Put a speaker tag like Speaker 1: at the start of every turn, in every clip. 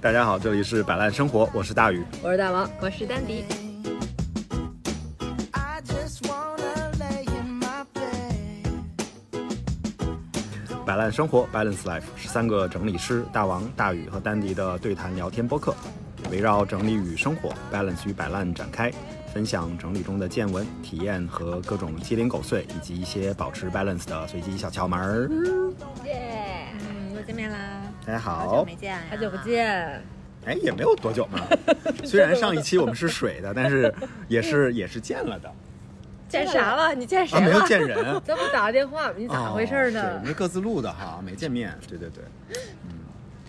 Speaker 1: 大家好，这里是摆烂生活，我是大宇。
Speaker 2: 我是大王，我是丹迪。
Speaker 3: I just wanna lay in my bed.
Speaker 1: 摆烂生活 （Balance Life） 是三个整理师大王、大宇和丹迪的对谈聊天播客，围绕整理与生活 （Balance 与摆烂）展开，分享整理中的见闻、体验和各种鸡零狗碎，以及一些保持 balance 的随机小窍门儿。
Speaker 2: 耶，
Speaker 4: 嗯，又见面啦！
Speaker 1: 大家
Speaker 4: 好久
Speaker 1: 好
Speaker 4: 没，见啊呀，
Speaker 2: 好久不见。
Speaker 1: 哎，也没有多 久嘛。虽然上一期我们是水的，但是也是也是见了的
Speaker 2: 见啥了？你见谁
Speaker 1: 啊，没
Speaker 2: 了？
Speaker 1: 有见人。
Speaker 2: 咱不打个电话吗？你咋回事
Speaker 1: 哦是我
Speaker 2: 呢
Speaker 1: 们？是各自录的哈，没见面。对对对，嗯，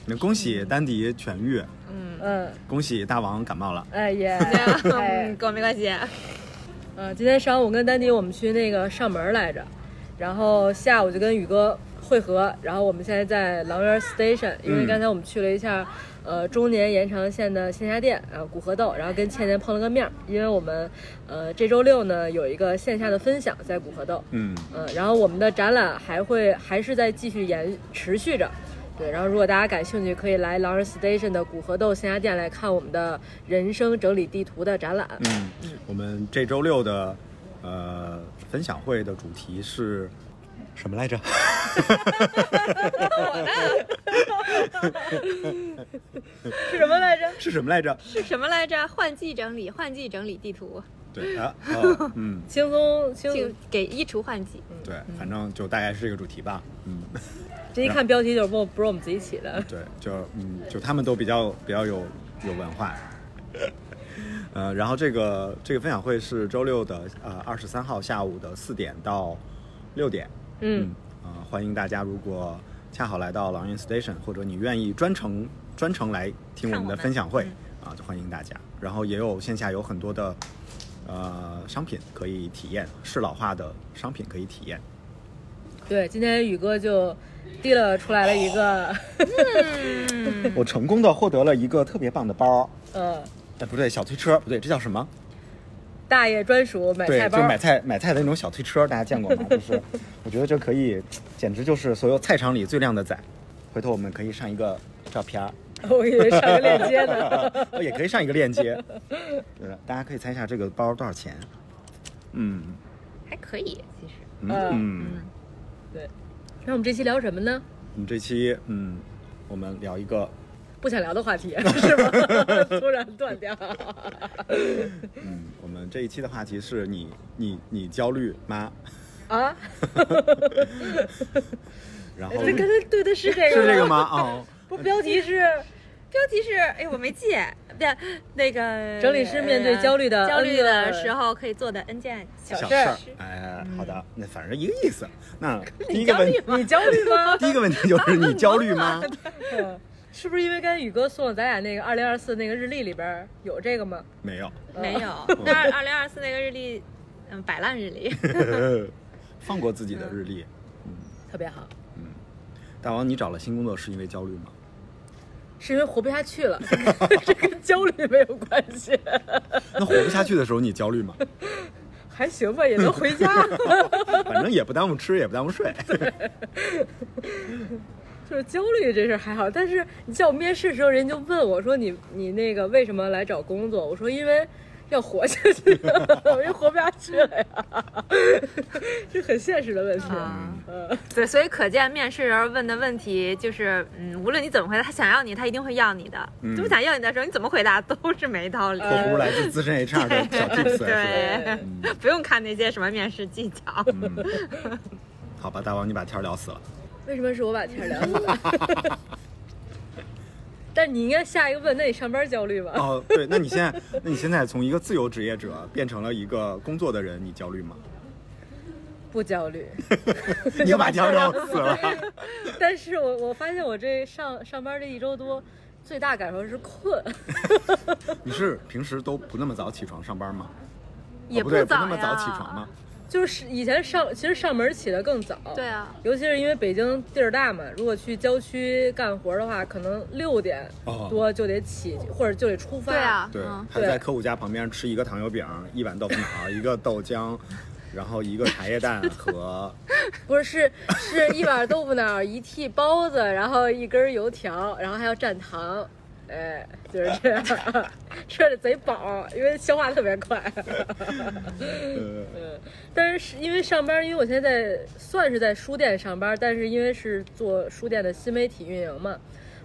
Speaker 1: 那恭喜丹迪痊愈，
Speaker 4: 嗯。
Speaker 2: 嗯，
Speaker 1: 恭喜大王感冒了。
Speaker 2: 哎 耶，
Speaker 4: 嗯，
Speaker 2: 哎，
Speaker 4: 跟我没关系。啊
Speaker 2: 呃，今天上午我跟丹迪我们去那个上门来着，然后下午就跟宇哥汇合，然后我们现在在狼园 station，因为
Speaker 1: 嗯
Speaker 2: 刚才我们去了一下，呃，中年盐城县的线下店，啊，古河豆，然后跟倩倩碰了个面儿，因为我们，呃，这周六呢有一个线下的分享在古河豆，
Speaker 1: 嗯，
Speaker 2: 嗯，然后我们的展览还会还是在继续延持续着。对，然后如果大家感兴趣，可以来狼人 station 的古河豆线下店来看我们的人生整理地图的展览。
Speaker 1: 嗯，我们这周六的呃分享会的主题是什么来着？
Speaker 2: 是 什么来着？
Speaker 1: 是什么来着？
Speaker 4: 是什么来着？换季整理，换季整理地图，
Speaker 1: 对啊，哦 嗯，
Speaker 2: 轻松轻
Speaker 4: 就
Speaker 2: 松，
Speaker 4: 给衣橱换季。
Speaker 2: 嗯
Speaker 1: 对，反正就大概是这个主题吧。嗯，
Speaker 2: 这一看标题就是不不是我们自己起的。
Speaker 1: 对，就嗯，就他们都比较比较有有文化。呃，然后这个这个分享会是周六的呃二十三号下午的四点到六点。
Speaker 2: 嗯，
Speaker 1: 呃，欢迎大家如果恰好来到狼人 Station，或者你愿意专程专程来听我们的分享会
Speaker 4: 看
Speaker 1: 啊、就欢迎大家。然后也有线下有很多的呃商品可以体验，适老化的商品可以体验。
Speaker 2: 对，今天宇哥就提了出来了一个，
Speaker 4: 嗯，
Speaker 1: 我成功的获得了一个特别棒的包，
Speaker 2: 呃，
Speaker 1: 哎，不对，小推车，不对，这叫什么？
Speaker 2: 大爷专属买
Speaker 1: 对，
Speaker 2: 菜
Speaker 1: 就
Speaker 2: 包
Speaker 1: 是。买菜买菜的那种小推车，大家见过吗？就是，我觉得这可以，简直就是所有菜场里最靓的仔。回头我们可以上一个照片儿。
Speaker 2: 我以为上个链接呢。
Speaker 1: 哦也可以上一个链接，对了，大家可以猜一下这个包多少钱？嗯
Speaker 4: 还可以，其实。
Speaker 1: 嗯
Speaker 2: 呃
Speaker 1: 嗯，
Speaker 2: 那我们这期聊什么呢？
Speaker 1: 我们这期嗯，我们聊一个
Speaker 2: 不想聊的话题 是吗？突然断掉。
Speaker 1: 嗯，我们这一期的话题是你你你焦虑吗？
Speaker 2: 啊，
Speaker 1: 然后
Speaker 2: 这
Speaker 1: 是
Speaker 2: 跟对的是这个，
Speaker 1: 这个？吗？哦，
Speaker 2: 不，标题是
Speaker 4: 标题是，哎，我没记， 对，那个呃
Speaker 2: 整理师面对焦虑的
Speaker 4: 焦虑的
Speaker 2: N 个
Speaker 4: 时候可以做的 N 件小
Speaker 1: 小
Speaker 2: 事
Speaker 1: 事
Speaker 2: 儿嗯
Speaker 1: 儿，哎，好的，那反正一个意思。那第一
Speaker 2: 你
Speaker 1: 个
Speaker 2: 焦
Speaker 1: 问
Speaker 2: 虑吗？你焦虑吗？
Speaker 1: 第一个问题就是你焦虑 吗？
Speaker 2: 嗯是不是因为跟宇哥送了咱俩那个二零二四那个日历里边儿有这个吗？
Speaker 1: 没有，
Speaker 4: 没有，那二零二四那个日历，嗯，摆烂日历，
Speaker 1: 放过自己的日历。
Speaker 2: 特别好，
Speaker 1: 大王，你找了新工作是因为焦虑吗？
Speaker 2: 是因为活不下去 了，这跟焦虑没有关系，
Speaker 1: 那活不下去的时候你焦虑吗？
Speaker 2: 还行吧，也能回家，
Speaker 1: 反正也不耽误吃，也不耽误睡。
Speaker 2: 就是焦虑这事儿还好。但是你叫我面试的时候，人家就问我说你你那个为什么来找工作？我说因为。要活下去， 我又活不下去了呀，这很现实的问题。
Speaker 4: 啊
Speaker 2: 嗯，
Speaker 4: 对，所以可见面试人问的问题就是，嗯，无论你怎么回答，他想要你，他一定会要你的。
Speaker 1: 嗯
Speaker 4: 就不想要你的时候，你怎么回答都是没道理。
Speaker 1: 括弧来自资 深 HR 的小 tips，是吧？啊
Speaker 4: 对，不用看那些什么面试技巧。
Speaker 1: 嗯，好吧，大王，你把天儿聊死了。
Speaker 2: 为什么是我把天儿聊死了？但你应该下一个问，那你上班焦虑吧？
Speaker 1: 哦，对，那你现在，那你现在从一个自由职业者变成了一个工作的人，你焦虑 吗？
Speaker 2: 不焦虑，
Speaker 1: 你又把天儿聊死了。
Speaker 2: 但是我我发现我这上上班这一周多，最大感受是困。
Speaker 1: 你是平时都不那么早起床上班吗？
Speaker 4: 也
Speaker 1: 哦不对，不
Speaker 4: 早呀。
Speaker 1: 那么早起床吗？
Speaker 2: 就是以前上其实上门起得更早，
Speaker 4: 对，啊，
Speaker 2: 尤其是因为北京地儿大嘛，如果去郊区干活的话，可能六点
Speaker 1: 哦
Speaker 2: 多就得起，或者就得出发。
Speaker 4: 对啊，
Speaker 1: 对
Speaker 4: 嗯，
Speaker 1: 还在科五家旁边吃一个糖油饼，一碗豆腐脑，一个豆浆，然后一个茶叶蛋和
Speaker 2: 不是是是一碗豆腐脑，一屉包子，然后一根油条，然后还要蘸糖，哎，就是这样， 吃的贼饱，因为消化特别快。
Speaker 1: 呃，
Speaker 2: 嗯，但是是因为上班，因为我现在在算是在书店上班，但是因为是做书店的新媒体运营嘛，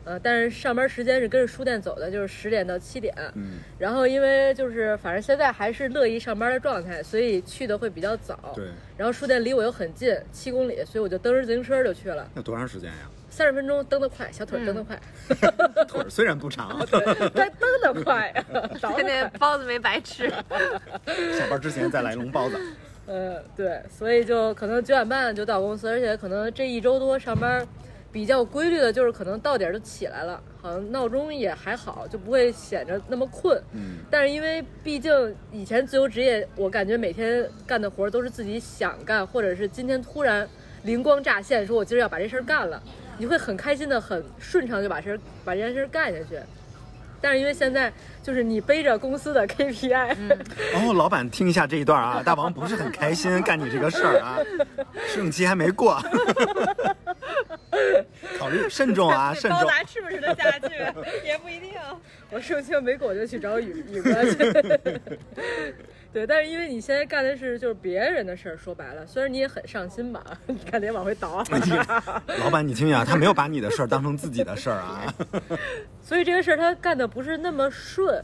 Speaker 2: 呃，但是上班时间是跟着书店走的，就是十点到七点。
Speaker 1: 嗯，
Speaker 2: 然后因为就是反正现在还是乐意上班的状态，所以去的会比较早。
Speaker 1: 对，
Speaker 2: 然后书店离我又很近，七公里，所以我就蹬着自行车就去了，
Speaker 1: 那多长时间呀？
Speaker 2: 三十分钟蹬得快，小腿蹬得快，
Speaker 1: 腿儿虽然不长，
Speaker 2: 但蹬得快 呀，倒得
Speaker 4: 看那
Speaker 2: 快。
Speaker 4: 包子没白吃，
Speaker 1: 下班之前再来一笼包子。
Speaker 2: 呃，对，所以就可能九点半就到公司，而且可能这一周多上班比较规律的，就是可能到点儿就起来了，好像闹钟也还好，就不会显着那么困。
Speaker 1: 嗯，
Speaker 2: 但是因为毕竟以前自由职业，我感觉每天干的活儿都是自己想干，或者是今天突然灵光乍现，说我今儿要把这事儿干了，你会很开心的、很顺畅地就把事儿把这件事儿干下去。但是因为现在就是你背着公司的 KPI，、
Speaker 1: 然哦后老板听一下这一段啊， 大王不是很开心干你这个事儿啊，试用期还没过， 考虑慎重 啊，
Speaker 4: 这
Speaker 1: 慎
Speaker 4: 包
Speaker 1: 重
Speaker 4: 子。还吃不吃得下 去也不一定。
Speaker 2: 我生气没过我就去找宇宇哥去。 对，但是因为你现在干的是就是别人的事儿，说白了，虽然你也很上心吧， 你看得往回倒啊，
Speaker 1: 老板，你听听啊，他没有把你的事儿当成自己的事儿啊。
Speaker 2: 所以这个事儿他干的不是那么顺。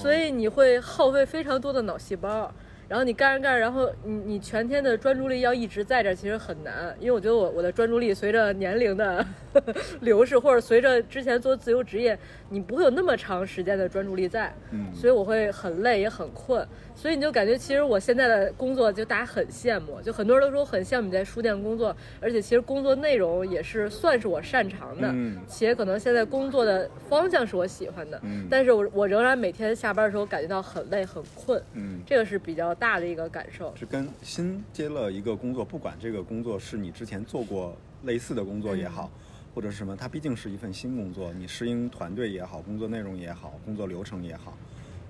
Speaker 2: 所以你会耗费非常多的脑细胞。然后你干着干着，然后你你全天的专注力要一直在这儿，其实很难。因为我觉得我我的专注力随着年龄的 流逝，或者随着之前做自由职业，你不会有那么长时间的专注力在，
Speaker 1: 嗯
Speaker 2: 所以我会很累也很困。所以你就感觉其实我现在的工作就大家很羡慕，就很多人都说我很羡慕你在书店工作，而且其实工作内容也是算是我擅长的，
Speaker 1: 嗯
Speaker 2: 且可能现在工作的方向是我喜欢的，
Speaker 1: 嗯
Speaker 2: 但是我我仍然每天下班的时候感觉到很累很困，
Speaker 1: 嗯，
Speaker 2: 这个是比较大的一个感受。
Speaker 1: 是跟新接了一个工作，不管这个工作是你之前做过类似的工作也好，或者是什么，它毕竟是一份新工作，你适应团队也好，工作内容也好，工作流程也好，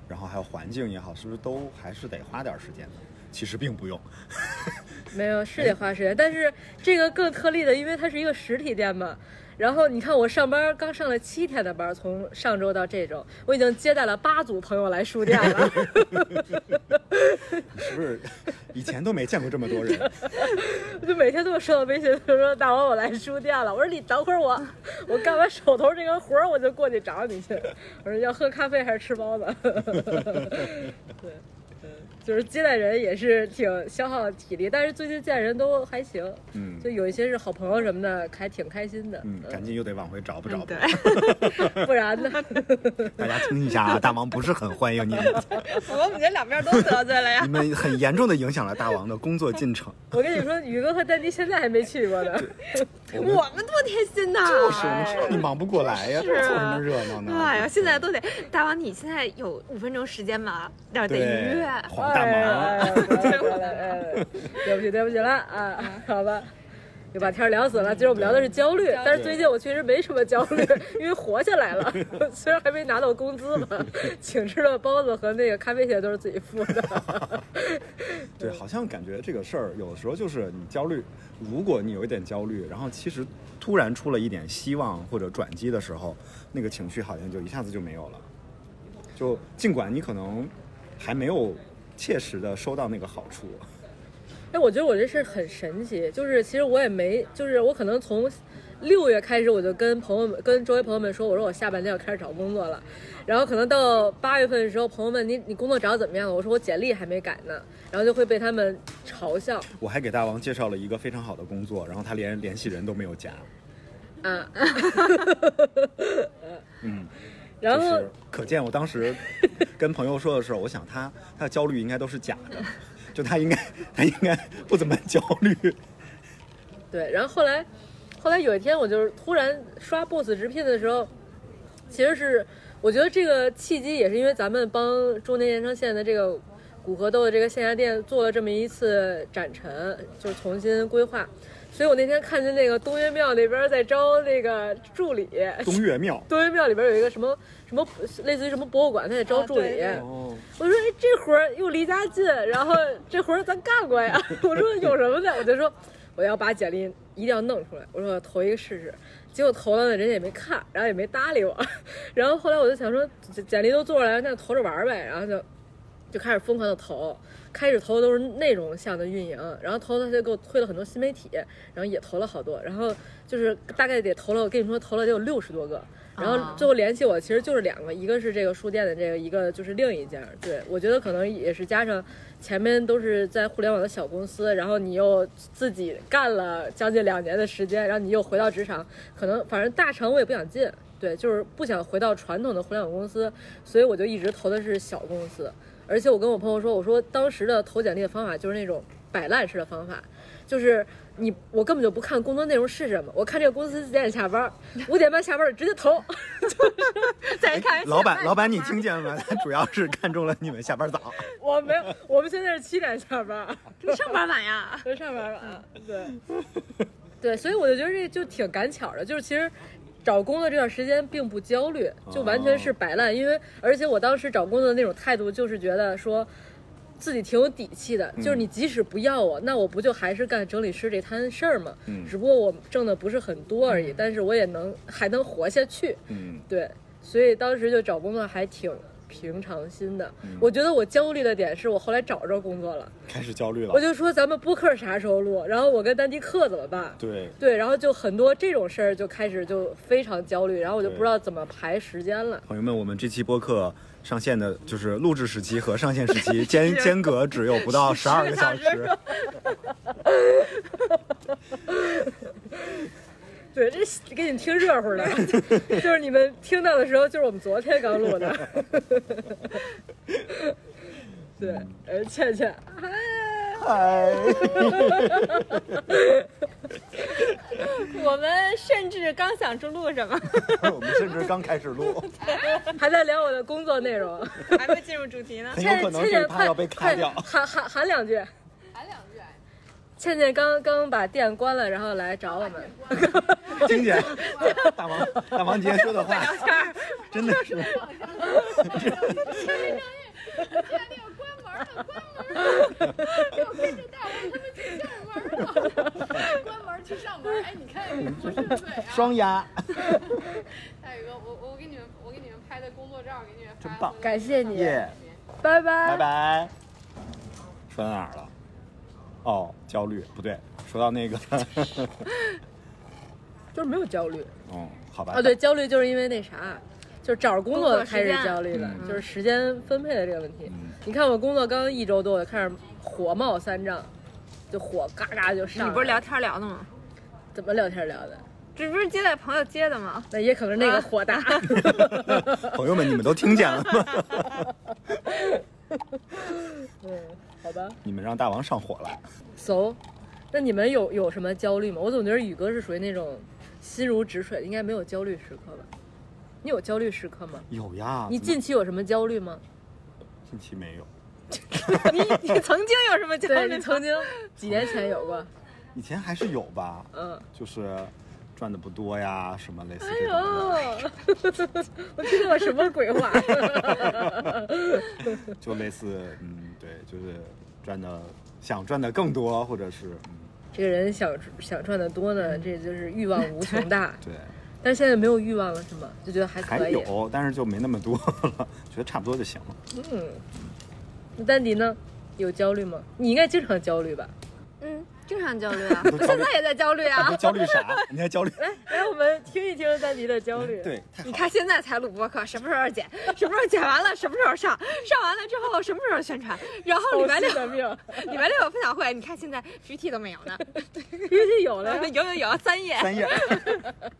Speaker 1: 然后还有环境也好，是不是都还是得花点时间的？其实并不用，
Speaker 2: 没有是得花时
Speaker 1: 哎
Speaker 2: 间，但是这个更特例的，因为它是一个实体店嘛。然后你看，我上班刚上了七天的班，从上周到这周，我已经接待了八组朋友来书店了。
Speaker 1: 你是不 是以前都没见过这么多人？
Speaker 2: 就每天都有收到微 信，他说大王我来书店了。我说你等会儿我， 我干完手头这个活儿我就过去找你去。我说要喝咖啡还是吃包子？ 对，嗯，就是接待人也是挺消耗体力，但是最近见人都还行，
Speaker 1: 嗯
Speaker 2: 就有一些是好朋友什么的，还挺开心的。
Speaker 1: 嗯，赶紧又得往回找不找
Speaker 4: 嗯，
Speaker 1: 不
Speaker 4: 对
Speaker 1: 着？，
Speaker 2: 不然呢？
Speaker 1: 大家听一下 啊，大王不是很欢迎你 们，
Speaker 4: 我们这两边都得罪了呀
Speaker 1: 你。们很严重的影响了大王的工作进程。
Speaker 2: 我跟你说，宇哥和丹妮现在还没去过呢。
Speaker 1: 我们
Speaker 4: 我们多贴心呐！
Speaker 1: 是我们知道你忙不过来呀，
Speaker 4: 是啊
Speaker 1: 这凑什么热闹呢？
Speaker 4: 哎呀，现在都得大王，你现在有五分钟时间吗？那得
Speaker 1: 对
Speaker 4: 愉悦。
Speaker 1: 黄大
Speaker 2: 哎
Speaker 1: 忙。啊
Speaker 2: 哎哎哎哎哎对不起，对不起了啊，好吧。又把天儿聊死了。今儿我们聊的是焦虑，但是最近我确实没什么焦虑，因为活下来了。虽然还没拿到工资吧，请吃的包子和那个咖啡钱都是自己付的。
Speaker 1: 对，好像感觉这个事儿，有的时候就是你焦虑，如果你有一点焦虑，然后其实突然出了一点希望或者转机的时候，那个情绪好像就一下子就没有了。就尽管你可能还没有切实的收到那个好处，
Speaker 2: 哎，我觉得我这事儿很神奇，就是其实我也没，就是我可能从六月开始，我就跟朋友们、跟周围朋友们说，我说我下半年要开始找工作了。然后可能到八月份的时候，朋友问你你工作找得怎么样了？我说我简历还没改呢，然后就会被他们嘲笑
Speaker 1: 我还给大王介绍了一个非常好的工作，然后他连联系人都没有加，
Speaker 2: 啊。
Speaker 1: 嗯，
Speaker 2: 然
Speaker 1: 就
Speaker 2: 后
Speaker 1: 是可见我当时跟朋友说的时候，我想他他的焦虑应该都是假的，就他应该他应该不怎么焦虑，
Speaker 2: 对，然后后来，后来有一天我就是突然刷 Boss 直聘的时候，其实是我觉得这个契机也是因为咱们帮中年延长线的这个古河豆的这个线下店做了这么一次展陈，就是重新规划。所以我那天看见那个东岳庙那边在招那个助理，
Speaker 1: 东岳庙。
Speaker 2: 东岳庙里边有一个什么什么类似于什么博物馆，他在招
Speaker 4: 啊
Speaker 2: 助理。
Speaker 4: 对对
Speaker 1: 哦，
Speaker 2: 我说哎，这活儿又离 家近，然后这活儿咱干过呀。我说有什么的，我就说我要把简历一定要弄出来。我说我投一个试试，结果投了呢，人家也没看，然后也没搭理我。 然后后来我就想说，简简历都做出来了，那投着玩儿呗。然后就就开始疯狂的投，开始投的都是内容向的运营，然后投的他就给我推了很多新媒体，然后也投了好多，然后就是大概得投了，我跟你说投了得有六十多个。然后最后联系我其实就是两个，一个是这个书店的这个，一个就是另一家。对我觉得可能也是加上前面都是在互联网的小公司，然后你又自己干了将近两年的时间，然后你又回到职场，可能反正大厂我也不想进，对，就是不想回到传统的互联网公司，所以我就一直投的是小公司。而且我跟我朋友说，我说当时的投简历的方法就是那种摆烂式的方法，就是你我根本就不看工作内容是什么，我看这个公司几点下班，五点半下班直接投。
Speaker 4: 再看
Speaker 1: 老板，老板，你听见 了吗？他主要是看中了你们下班早。
Speaker 2: 我没有，我们现在是七点下班，
Speaker 4: 你上班晚呀？
Speaker 2: 都上班了。啊对，对，所以我就觉得这就挺赶巧的，就是其实。找工作这段时间并不焦虑，就完全是摆烂，因为而且我当时找工作的那种态度就是觉得说，自己挺有底气的，就是你即使不要我，那我不就还是干整理师这摊事儿吗？
Speaker 1: 嗯
Speaker 2: 只不过我挣的不是很多而已，但是我也能还能活下去。
Speaker 1: 嗯，
Speaker 2: 对，所以当时就找工作还挺平常心的。
Speaker 1: 嗯
Speaker 2: 我觉得我焦虑的点是我后来找着工作了，
Speaker 1: 开始焦虑了
Speaker 2: 我。就说咱们播客啥时候录，然后我跟丹迪克怎么办？
Speaker 1: 对，
Speaker 2: 对，然后就很多这种事儿就开始就非常焦虑，然后我就
Speaker 1: 对
Speaker 2: 不知道怎么排时间了。
Speaker 1: 朋友们，我们这期播客上线的就是录制时期和上线时期间间隔只有不到十二个 小时。
Speaker 2: 对，这是给你们听热乎的， 就是你们听到的时候，就是我们昨天刚录的。对，呃，倩倩，啊
Speaker 1: 哎，
Speaker 4: 我们甚至刚想出录什么，
Speaker 1: 我们甚至刚开始 录，
Speaker 2: 还在聊我的工作内容。
Speaker 4: 还没进入主题呢。
Speaker 1: 很有可
Speaker 2: 倩倩
Speaker 1: 能这
Speaker 2: 倩倩
Speaker 1: 一趴
Speaker 2: 快
Speaker 1: 要被卡掉
Speaker 2: 快。 喊喊喊两句。
Speaker 5: 喊两句，
Speaker 2: 倩倩刚刚把店关了，然后来找我们。
Speaker 1: 听见大王，大王今天说的话， 真的是
Speaker 5: 现在要关门了，关门了，要跟着大王他们去上门了，关门去上门。哎，你看你不是嘴啊！
Speaker 1: 双压。
Speaker 5: 大宇哥，我我给你们我给你们拍的工作照给你们发，
Speaker 1: 真棒
Speaker 2: 感谢你
Speaker 1: 耶
Speaker 2: 拜
Speaker 1: 拜
Speaker 2: 拜。
Speaker 1: 拜。说到哪儿了？哦，焦虑不对，说到那个，
Speaker 2: 就是没有焦虑
Speaker 1: 嗯，好吧。
Speaker 2: 啊，对，，焦虑就是因为那啥，就是找着工作开始焦虑了
Speaker 1: 工作时，间
Speaker 2: 就是时间分配的这个问题。
Speaker 1: 嗯
Speaker 2: 你看我工作刚一周多，我就开始火冒三丈，就火嘎嘎就上
Speaker 4: 你
Speaker 2: 来了。
Speaker 4: 不是聊天聊的吗？
Speaker 2: 怎么聊天聊的？
Speaker 4: 这不是接待朋友接的吗？
Speaker 2: 那也可能是那个 火大。
Speaker 1: 朋友们，你们都听见了吗？
Speaker 2: 嗯，好吧。
Speaker 1: 你们让大王上火了。
Speaker 2: So，那你们有有什么焦虑吗？我总觉得宇哥是属于那种心如止水，应该没有焦虑时刻吧？你有焦虑时刻吗？
Speaker 1: 有呀，
Speaker 2: 你近期有什么焦虑吗？
Speaker 1: 近期没有，
Speaker 4: 你 你曾经有什么焦
Speaker 2: 对
Speaker 4: 虑
Speaker 2: 你？曾经几年前有 过，
Speaker 1: 以前还是有吧，
Speaker 2: 嗯。
Speaker 1: 就是赚的不多呀，什么类似
Speaker 2: 哎
Speaker 1: 这
Speaker 2: 呦
Speaker 1: 种的，，
Speaker 2: 我听到了什么鬼话？
Speaker 1: 就类似，嗯，对，就是赚的想赚的更多，或者是，嗯，
Speaker 2: 这个人想想赚的多呢，这就是欲望无穷 大。
Speaker 1: 对，
Speaker 2: 但是现在没有欲望了，是吗？就觉得还可
Speaker 1: 还
Speaker 2: 以。
Speaker 1: 有，但是就没那么多了， 觉得差不多就行了。
Speaker 2: 嗯，那丹迪呢？有焦虑吗？你应该经常焦虑吧？
Speaker 4: 嗯，经常焦 虑啊，
Speaker 1: 都
Speaker 4: 我
Speaker 1: 焦虑
Speaker 4: 现在也在焦虑
Speaker 1: 你
Speaker 4: 啊
Speaker 1: 在。焦虑啥？你在焦虑？
Speaker 2: 来，来，我们听一听丹迪的焦虑。
Speaker 1: 对，太好
Speaker 4: 你
Speaker 1: 了。
Speaker 4: 看现在才录播客，什么时候剪？什么时候剪完了？什么时候上？上完了之后什么时候宣传？然后礼
Speaker 2: 好
Speaker 4: 拜
Speaker 2: 心
Speaker 4: 六
Speaker 2: 的 命，
Speaker 4: 礼拜六有分享会，你看现在 PPT 都没有 呢。
Speaker 2: 必须有了呀。
Speaker 4: 有有有三页，
Speaker 1: 三页，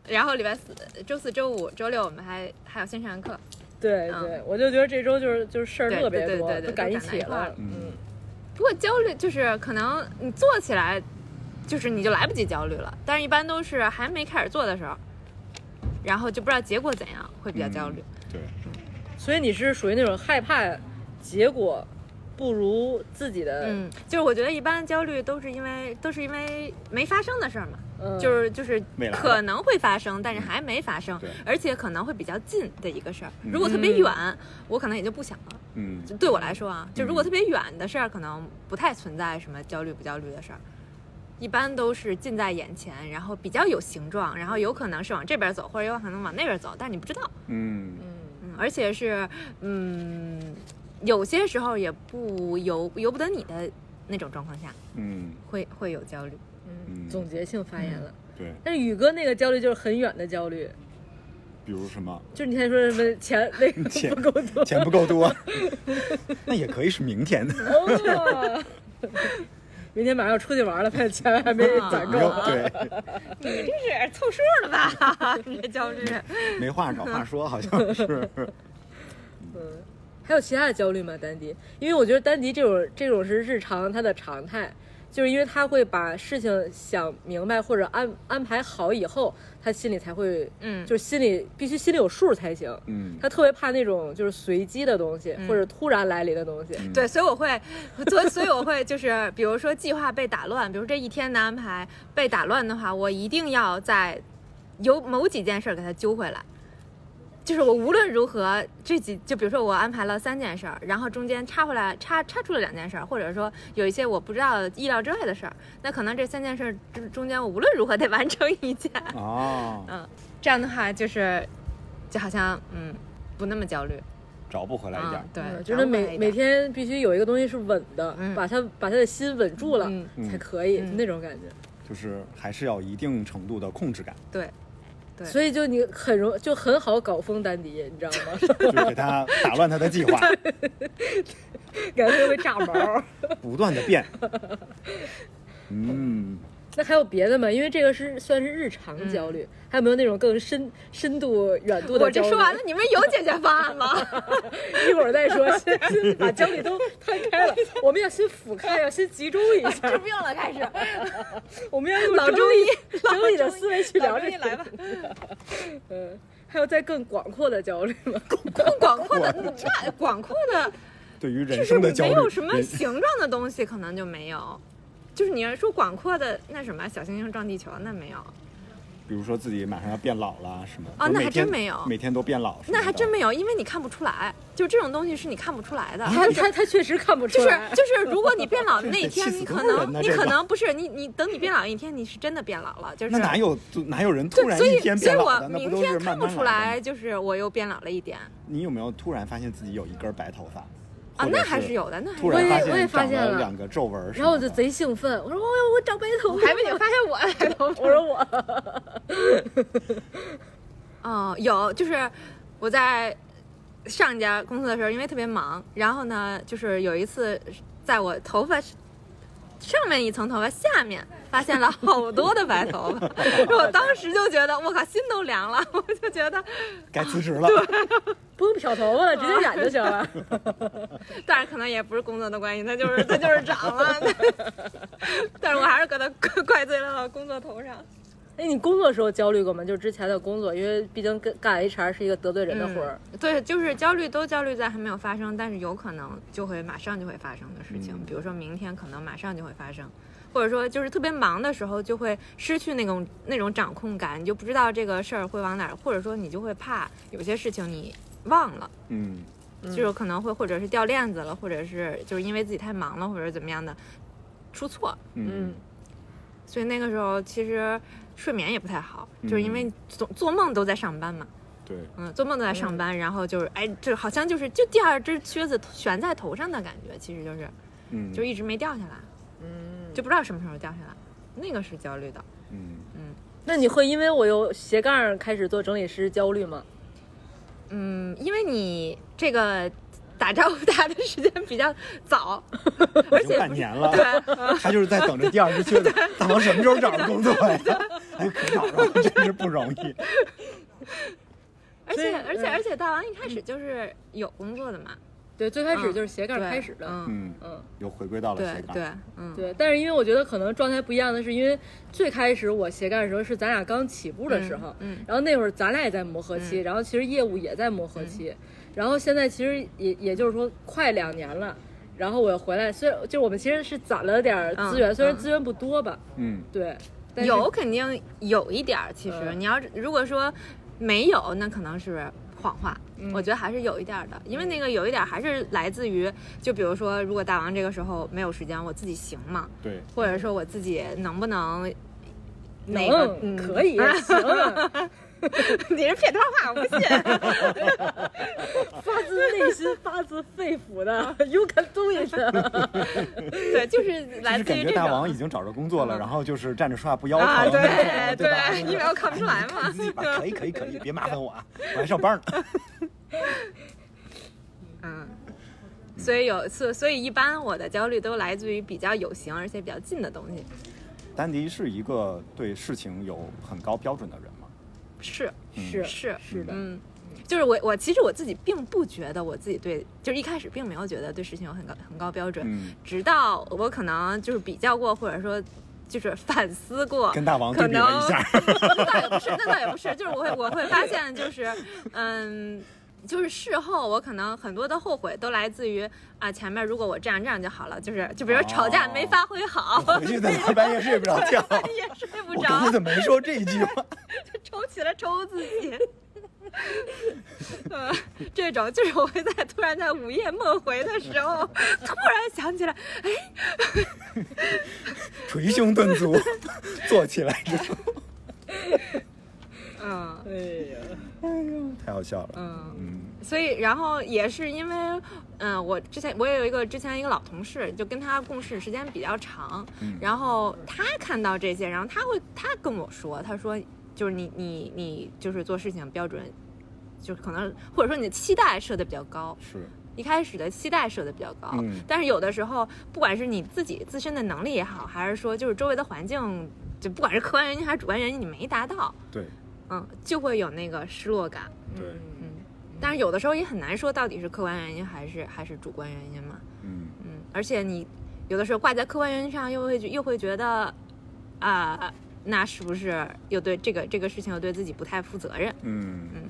Speaker 4: 然后礼拜四、周四周五、周六我们还还有线上课，
Speaker 2: 对
Speaker 4: 嗯
Speaker 2: 对，我就觉得这周就是就是事儿
Speaker 4: 对
Speaker 2: 特别
Speaker 4: 对对
Speaker 2: 多，
Speaker 4: 对对
Speaker 2: 都赶一起
Speaker 4: 都赶到一块儿
Speaker 2: 了
Speaker 4: 了。
Speaker 1: 嗯，
Speaker 4: 不过焦虑就是可能你做起来，就是你就来不及焦虑了，但是一般都是还没开始做的时候，然后就不知道结果怎样，会比较焦虑。
Speaker 1: 嗯。对，
Speaker 2: 所以你是属于那种害怕结果不如自己的，
Speaker 4: 嗯，就是我觉得一般焦虑都是因为都是因为没发生的事儿嘛，
Speaker 2: 嗯
Speaker 4: 就是就是
Speaker 1: 未来嗯
Speaker 4: 可能会发生，但是还没发生
Speaker 1: 对，
Speaker 4: 而且可能会比较近的一个事儿。
Speaker 1: 嗯
Speaker 4: 如果特别远，我可能也就不想了。
Speaker 1: 嗯，
Speaker 4: 就对嗯我来说啊，就如果特别远的事儿，可能不太存在什么焦虑不焦虑的事儿，一般都是近在眼前，然后比较有形状，然后有可能是往这边走，或者有可能往那边走，但是你不知道。
Speaker 1: 嗯
Speaker 2: 嗯，
Speaker 4: 嗯，而且是，嗯，有些时候也不由由不得你的那种状况下，
Speaker 1: 嗯，
Speaker 4: 会会有焦虑。
Speaker 1: 嗯
Speaker 2: 嗯，总结性发言了。
Speaker 1: 对，
Speaker 2: 但是宇哥那个焦虑就是很远的焦虑，
Speaker 1: 比如什么
Speaker 2: 就是你刚才说什么钱那个
Speaker 1: 钱
Speaker 2: 不够多，
Speaker 1: 钱不够多，那也可以是明天的，
Speaker 2: 哦， 明天马上要出去玩了，发现钱还没
Speaker 4: 啊
Speaker 2: 攒
Speaker 1: 没
Speaker 2: 够
Speaker 1: 有，对，
Speaker 4: 你这是凑数了吧？ 你这焦虑，
Speaker 1: 没话找话说， 好像是，
Speaker 2: 嗯，还有其他的焦虑吗？丹迪，因为我觉得丹迪这种这种是日常他的常态，就是因为他会把事情想明白或者安安排好以后，他心里才会，
Speaker 4: 嗯，
Speaker 2: 就是心里必须心里有数才行。
Speaker 1: 嗯，
Speaker 2: 他特别怕那种就是随机的东西，
Speaker 4: 嗯
Speaker 2: 或者突然来临的东西。
Speaker 1: 嗯
Speaker 4: 对，所以我会，所以所以我会就是，比如说计划被打乱，比如这一天的安排被打乱的话，我一定要在有某几件事儿给它揪回来。就是我无论如何，这几就比如说我安排了三件事儿，然后中间插回来插插出了两件事儿，或者说有一些我不知道意料之外的事儿，那可能这三件事儿中中间我无论如何得完成 一件，
Speaker 1: 哦，
Speaker 4: 嗯，这样的话就是就好像嗯不那么焦虑，
Speaker 1: 找不回来一点
Speaker 4: 嗯
Speaker 1: 儿，，
Speaker 4: 对，
Speaker 2: 嗯就
Speaker 4: 找
Speaker 2: 是
Speaker 4: 回来
Speaker 2: 每
Speaker 4: 一
Speaker 2: 每
Speaker 4: 点
Speaker 2: 天必须有一个东西是稳的，
Speaker 4: 嗯
Speaker 2: 把他把他的心稳住了、
Speaker 4: 嗯
Speaker 1: 嗯
Speaker 2: 才可以、
Speaker 4: 嗯
Speaker 2: 那种感觉。
Speaker 1: 就是还是要一定程度的控制 感，
Speaker 4: 对对
Speaker 2: 所以就你很容就很好搞疯丹迪，你知道吗？
Speaker 1: 就是给他打乱他的计划，
Speaker 2: 感觉会炸毛。
Speaker 1: 不断的 变，嗯，
Speaker 2: 那还有别的吗？因为这个是算是日常焦虑，还有没有那种更深深度、远度的
Speaker 4: 嗯我
Speaker 2: 焦
Speaker 4: 这
Speaker 2: 虑
Speaker 4: 说完了，，你们有解决方案吗？
Speaker 2: 一会儿再说，先先把焦虑都摊开 了。我们要先俯瞰，要先集中一下，
Speaker 4: 治病了，开始。
Speaker 2: 我们要用
Speaker 4: 老
Speaker 2: 中
Speaker 4: 中医，
Speaker 2: 整理的思维去聊
Speaker 4: 老
Speaker 2: 这
Speaker 4: 中医
Speaker 2: 个。
Speaker 4: 来吧，
Speaker 2: 嗯，还有再更广阔的焦虑吗？
Speaker 4: 更广阔的那广阔 的，
Speaker 1: 对于
Speaker 4: 就
Speaker 1: 人
Speaker 4: 是
Speaker 1: 生的焦
Speaker 4: 没
Speaker 1: 虑，
Speaker 4: 有什么
Speaker 1: 人
Speaker 4: 形状的东西，可能就没有。就是你要说广阔的那什么小行星撞地球，那没有，
Speaker 1: 比如说自己马上要变老了啊什么，
Speaker 4: 哦
Speaker 1: 就
Speaker 4: 那
Speaker 1: 每
Speaker 4: 还真
Speaker 1: 天
Speaker 4: 没有
Speaker 1: 每天都变老什么的，
Speaker 4: 那还真没有，因为你看不出来。就这种东西是你看不出
Speaker 1: 啊
Speaker 4: 来的，
Speaker 2: 他他他确实看不
Speaker 4: 就
Speaker 2: 出
Speaker 4: 是
Speaker 2: 来，
Speaker 4: 就是，如果你变 老的那一
Speaker 1: 气
Speaker 4: 天，
Speaker 1: 死
Speaker 4: 你
Speaker 1: 多
Speaker 4: 可
Speaker 1: 人呢
Speaker 4: 能你
Speaker 1: 这
Speaker 4: 可
Speaker 1: 个
Speaker 4: 能不是你你等你变老一天，你是真的变老了，就是
Speaker 1: 那哪有哪有人突
Speaker 4: 对，
Speaker 1: 然
Speaker 4: 所
Speaker 1: 一
Speaker 4: 以
Speaker 1: 天
Speaker 4: 所
Speaker 1: 变
Speaker 4: 以
Speaker 1: 老
Speaker 4: 我
Speaker 1: 的？那
Speaker 4: 明
Speaker 1: 都是
Speaker 4: 天
Speaker 1: 慢
Speaker 4: 看不
Speaker 1: 慢
Speaker 4: 出
Speaker 1: 来
Speaker 4: 来，
Speaker 1: 的吗。
Speaker 4: 就是我又变老了一点
Speaker 1: 你有没有突然发现自己有一根白头发？
Speaker 4: 啊
Speaker 1: 或，者
Speaker 4: 那还是。有的，那还是
Speaker 1: 突
Speaker 4: 有
Speaker 1: 然
Speaker 4: 的。
Speaker 1: 发
Speaker 2: 我也我也发现
Speaker 1: 长了
Speaker 2: 了
Speaker 1: 两个皱纹什么的，
Speaker 2: 然后我就贼兴奋，我说我我长白头发，
Speaker 4: 还被你发现我来头发
Speaker 2: 我说我，
Speaker 4: 哦，有，就是我在上一家公司的时候，因为特别忙，然后呢，就是有一次在我头发是上面一层头发下面发现了好多的白头发， 我当时就觉得我靠，心都凉了，我就觉得，
Speaker 1: 该辞职 了。
Speaker 2: 不用漂头发了，直
Speaker 4: 啊
Speaker 2: 接染就行了。
Speaker 4: 但是可能也不是工作的关系，它就是它就是长了， 但是我还是给它 怪怪罪到了工作头上。
Speaker 2: 哎，你工作时候焦虑过吗？就是之前的工作，因为毕竟跟干 HR 是一个得罪人的活儿。
Speaker 4: 对，就是焦虑都焦虑在还没有发生，但是有可能就会马上就会发生的事情，
Speaker 1: 嗯
Speaker 4: 比如说明天可能马上就会发生，或者说就是特别忙的时候就会失去那种那种掌控感，你就不知道这个事儿会往哪儿，或者说你就会怕有些事情你忘了，
Speaker 1: 嗯，
Speaker 2: 嗯
Speaker 4: 就是可能会或者是掉链子了，或者是就是因为自己太忙了或者怎么样的出错，
Speaker 1: 嗯
Speaker 2: 嗯，
Speaker 4: 所以那个时候其实睡眠也不太好，就是因为
Speaker 1: 嗯
Speaker 4: 总做梦都在上班嘛。
Speaker 1: 对，
Speaker 4: 嗯，做梦都在上班，然后就是，哎，就好像就是就第二只靴子悬在头上的感觉，其实就是
Speaker 1: 嗯，
Speaker 4: 就一直没掉下来，
Speaker 2: 嗯，
Speaker 4: 就不知道什么时候掉下来，那个是焦虑的。
Speaker 1: 嗯，
Speaker 2: 那你会因为我有斜杠开始做整理师焦虑吗？
Speaker 4: 嗯，因为你这个打招呼 打的时间比较早，而
Speaker 1: 已经
Speaker 4: 且
Speaker 1: 半
Speaker 4: 不是
Speaker 1: 年了，
Speaker 4: 对，
Speaker 1: 他就是在等着第二只 靴子，大王什么时候找着工作呀？ 哎，可找着了，真是不容易。
Speaker 4: 而
Speaker 2: 所以
Speaker 4: 且而且
Speaker 2: 嗯
Speaker 4: 而且大王一开始就是有工作的嘛，
Speaker 2: 对，最开始就是斜杠
Speaker 4: 对
Speaker 2: 开始的。
Speaker 4: 嗯，
Speaker 1: 嗯，
Speaker 2: 嗯，
Speaker 1: 又回归到了
Speaker 4: 对
Speaker 1: 斜杠。
Speaker 4: 对，嗯，
Speaker 2: 对，但是因为我觉得可能状态不一样的是，因为最开始我斜杠的时候是咱俩刚起步的时候，
Speaker 4: 嗯嗯
Speaker 2: 然后那会儿咱俩也在磨合期，然后其实业务也在磨合期，然后现在其实也也就是说快两年了，然后我又回来，虽然就是我们其实是攒了点儿资源，
Speaker 4: 嗯
Speaker 2: 虽然
Speaker 4: 嗯
Speaker 2: 资源不多吧，
Speaker 1: 嗯，
Speaker 2: 对，但是
Speaker 4: 有肯定有一点儿，其实
Speaker 2: 嗯
Speaker 4: 你要是如果说没有，那可能是谎话，
Speaker 2: 嗯
Speaker 4: 我觉得还是有一点儿的，因为那个有一点儿还是来自于，就比如说，如果大王这个时候没有时间，我自己行吗？
Speaker 1: 对，
Speaker 4: 或者说我自己能不能哪个
Speaker 2: 能、
Speaker 4: 嗯
Speaker 2: 可 以 行，
Speaker 4: 你是骗多少话？我不信。
Speaker 2: 发自内心、发自肺腑的 ，You can do it。
Speaker 4: 对，就是
Speaker 1: 就
Speaker 4: 来
Speaker 1: 是
Speaker 4: 自
Speaker 1: 感
Speaker 4: 于
Speaker 1: 觉
Speaker 4: 这
Speaker 1: 大王
Speaker 4: 种
Speaker 1: 已经找着工作了，
Speaker 4: 嗯
Speaker 1: 然后就是站着说话不腰疼，
Speaker 4: 啊，
Speaker 1: 对
Speaker 4: 对
Speaker 1: 吧？
Speaker 4: 你以为我看不出来吗
Speaker 1: 你？ 自己 吧，可以可以可以，别麻烦我啊，我还上班呢。
Speaker 4: 嗯，所以有所所以一般我的焦虑都来自于比较有形而且比较近的东西，
Speaker 1: 丹迪是一个对事情有很高标准的人嘛？嗯
Speaker 4: 是
Speaker 2: 是
Speaker 4: 是
Speaker 2: 是的，
Speaker 4: 嗯，就是我我其实我自己并不觉得我自己对，就是一开始并没有觉得对事情有很高很高标准，
Speaker 1: 嗯，
Speaker 4: 直到我可能就是比较过，或者说就是反思过，
Speaker 1: 跟大王对比了一下，
Speaker 4: 那倒也不是，那倒也不是，就是我会我会发现，就是嗯，就是事后我可能很多的后悔都来自于啊，前面如果我这样这样就好了，就是就比如说吵架
Speaker 1: 哦
Speaker 4: 没发挥好，
Speaker 1: 回去在那半夜睡不着觉。
Speaker 4: 也睡不
Speaker 1: 我
Speaker 4: 着
Speaker 1: 刚，才怎么没说这一句话？
Speaker 4: 抽起来抽自己。 呃，这种就是我会在突然在午夜梦回的时候， 突然想起来，
Speaker 1: 捶胸顿足，坐起来之后，
Speaker 4: 嗯
Speaker 2: 哎呀，
Speaker 1: 太好笑了。
Speaker 4: 嗯，
Speaker 1: 嗯，
Speaker 4: 所以然后也是因为，嗯、我之前我也有一个之前一个老同事，就跟他共事时间比较长，
Speaker 1: 嗯
Speaker 4: 然后他看到这些，然后他会他跟我说，他说就是你你你就是做事情标准，就是可能或者说你的期待设的比较高，
Speaker 1: 是，
Speaker 4: 一开始的期待设的比较高，
Speaker 1: 嗯
Speaker 4: 但是有的时候，不管是你自己自身的能力也好，还是说就是周围的环境，就不管是客观原因还是主观原因，你没达到，
Speaker 1: 对
Speaker 4: 嗯，就会有那个失落感。
Speaker 1: 对，
Speaker 4: 嗯，但是有的时候也很难说到底是客观原因还是还是主观原因嘛。
Speaker 1: 嗯，
Speaker 4: 嗯，而且你有的时候挂在客观原因上，又会觉又会觉得啊、那是不是又对这个这个事情又对自己不太负责任？
Speaker 1: 嗯
Speaker 4: 嗯，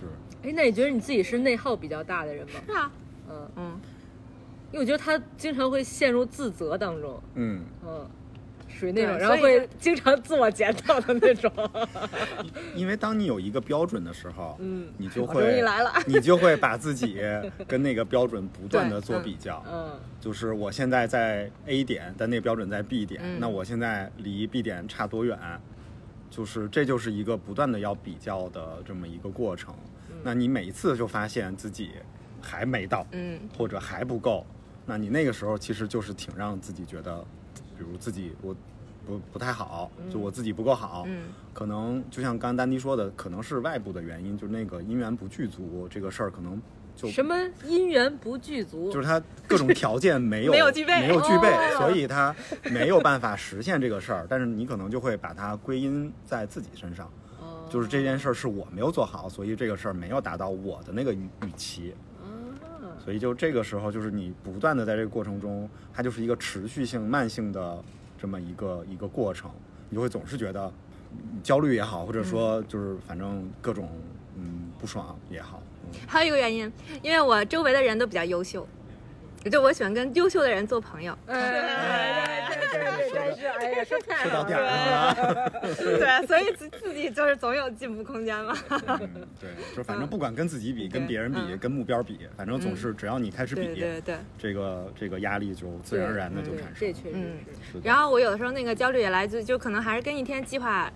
Speaker 1: 是，
Speaker 2: 哎，那你觉得你自己是内耗比较大的人吗？
Speaker 4: 是啊，
Speaker 2: 嗯，
Speaker 4: 嗯，
Speaker 2: 因为我觉得他经常会陷入自责当中，
Speaker 1: 嗯，
Speaker 2: 嗯，属于那种，
Speaker 4: 对
Speaker 2: 然后
Speaker 4: 所以
Speaker 2: 会经常自我检讨的那种。
Speaker 1: 因为当你有一个标准的时候，
Speaker 2: 嗯
Speaker 1: 你就
Speaker 2: 我终于
Speaker 1: 会，
Speaker 2: 来了，
Speaker 1: 你就会把自己跟那个标准不断的
Speaker 4: 对
Speaker 1: 做
Speaker 4: 嗯
Speaker 1: 比较，
Speaker 2: 嗯，
Speaker 1: 就是我现在在 A 点，但那个标准在 B 点，
Speaker 4: 嗯
Speaker 1: 那我现在离 B 点差多远？就是这就是一个不断的要比较的这么一个过程。那你每一次就发现自己还没到，
Speaker 4: 嗯，
Speaker 1: 或者还不够，那你那个时候其实就是挺让自己觉得，比如自己我不不太好，就我自己不够好，
Speaker 4: 嗯
Speaker 1: 可能就像刚刚丹迪说的，可能是外部的原因，就是那个姻缘不具足这个事儿，可能就
Speaker 2: 什么姻缘不具足，
Speaker 1: 就是他各种条件没有
Speaker 4: 没有具备
Speaker 1: 没有具备
Speaker 2: 哦
Speaker 1: 所以他没有办法实现这个事儿。但是你可能就会把它归因在自己身上，
Speaker 2: 哦
Speaker 1: 就是这件事儿是我没有做好，所以这个事儿没有达到我的那个预预期。
Speaker 4: 哦
Speaker 2: 啊
Speaker 1: 所以就这个时候，就是你不断的在这个过程中，它就是一个持续性、慢性的这么一个一个过程，你就会总是觉得嗯焦虑也好，或者说
Speaker 4: 嗯
Speaker 1: 就是反正各种嗯不爽也好，嗯
Speaker 4: 还有一个原因，因为我周围的人都比较优秀，就我喜欢跟优秀的人做朋友。
Speaker 2: 哎，
Speaker 1: 对对对对
Speaker 2: 真是哎呀，说太
Speaker 1: 说到
Speaker 2: 好
Speaker 1: 点
Speaker 2: 了，
Speaker 1: 儿上了啊。
Speaker 4: 对，啊所以自自己就是总有进步空间嘛。
Speaker 1: 嗯，对，就是反正不管跟自己比、
Speaker 4: 嗯
Speaker 1: 跟别人比、
Speaker 4: 嗯
Speaker 1: 跟目标比，反正总
Speaker 4: 嗯
Speaker 1: 是只要你开始比，
Speaker 4: 对对对。
Speaker 1: 这个这个压力就自然而然的就
Speaker 2: 对
Speaker 1: 产生
Speaker 2: 这
Speaker 1: 了。
Speaker 2: 确实
Speaker 4: 嗯
Speaker 2: 是。
Speaker 1: 是的
Speaker 4: 然后我有的时候那个焦虑也来自，就可能还是跟一天计划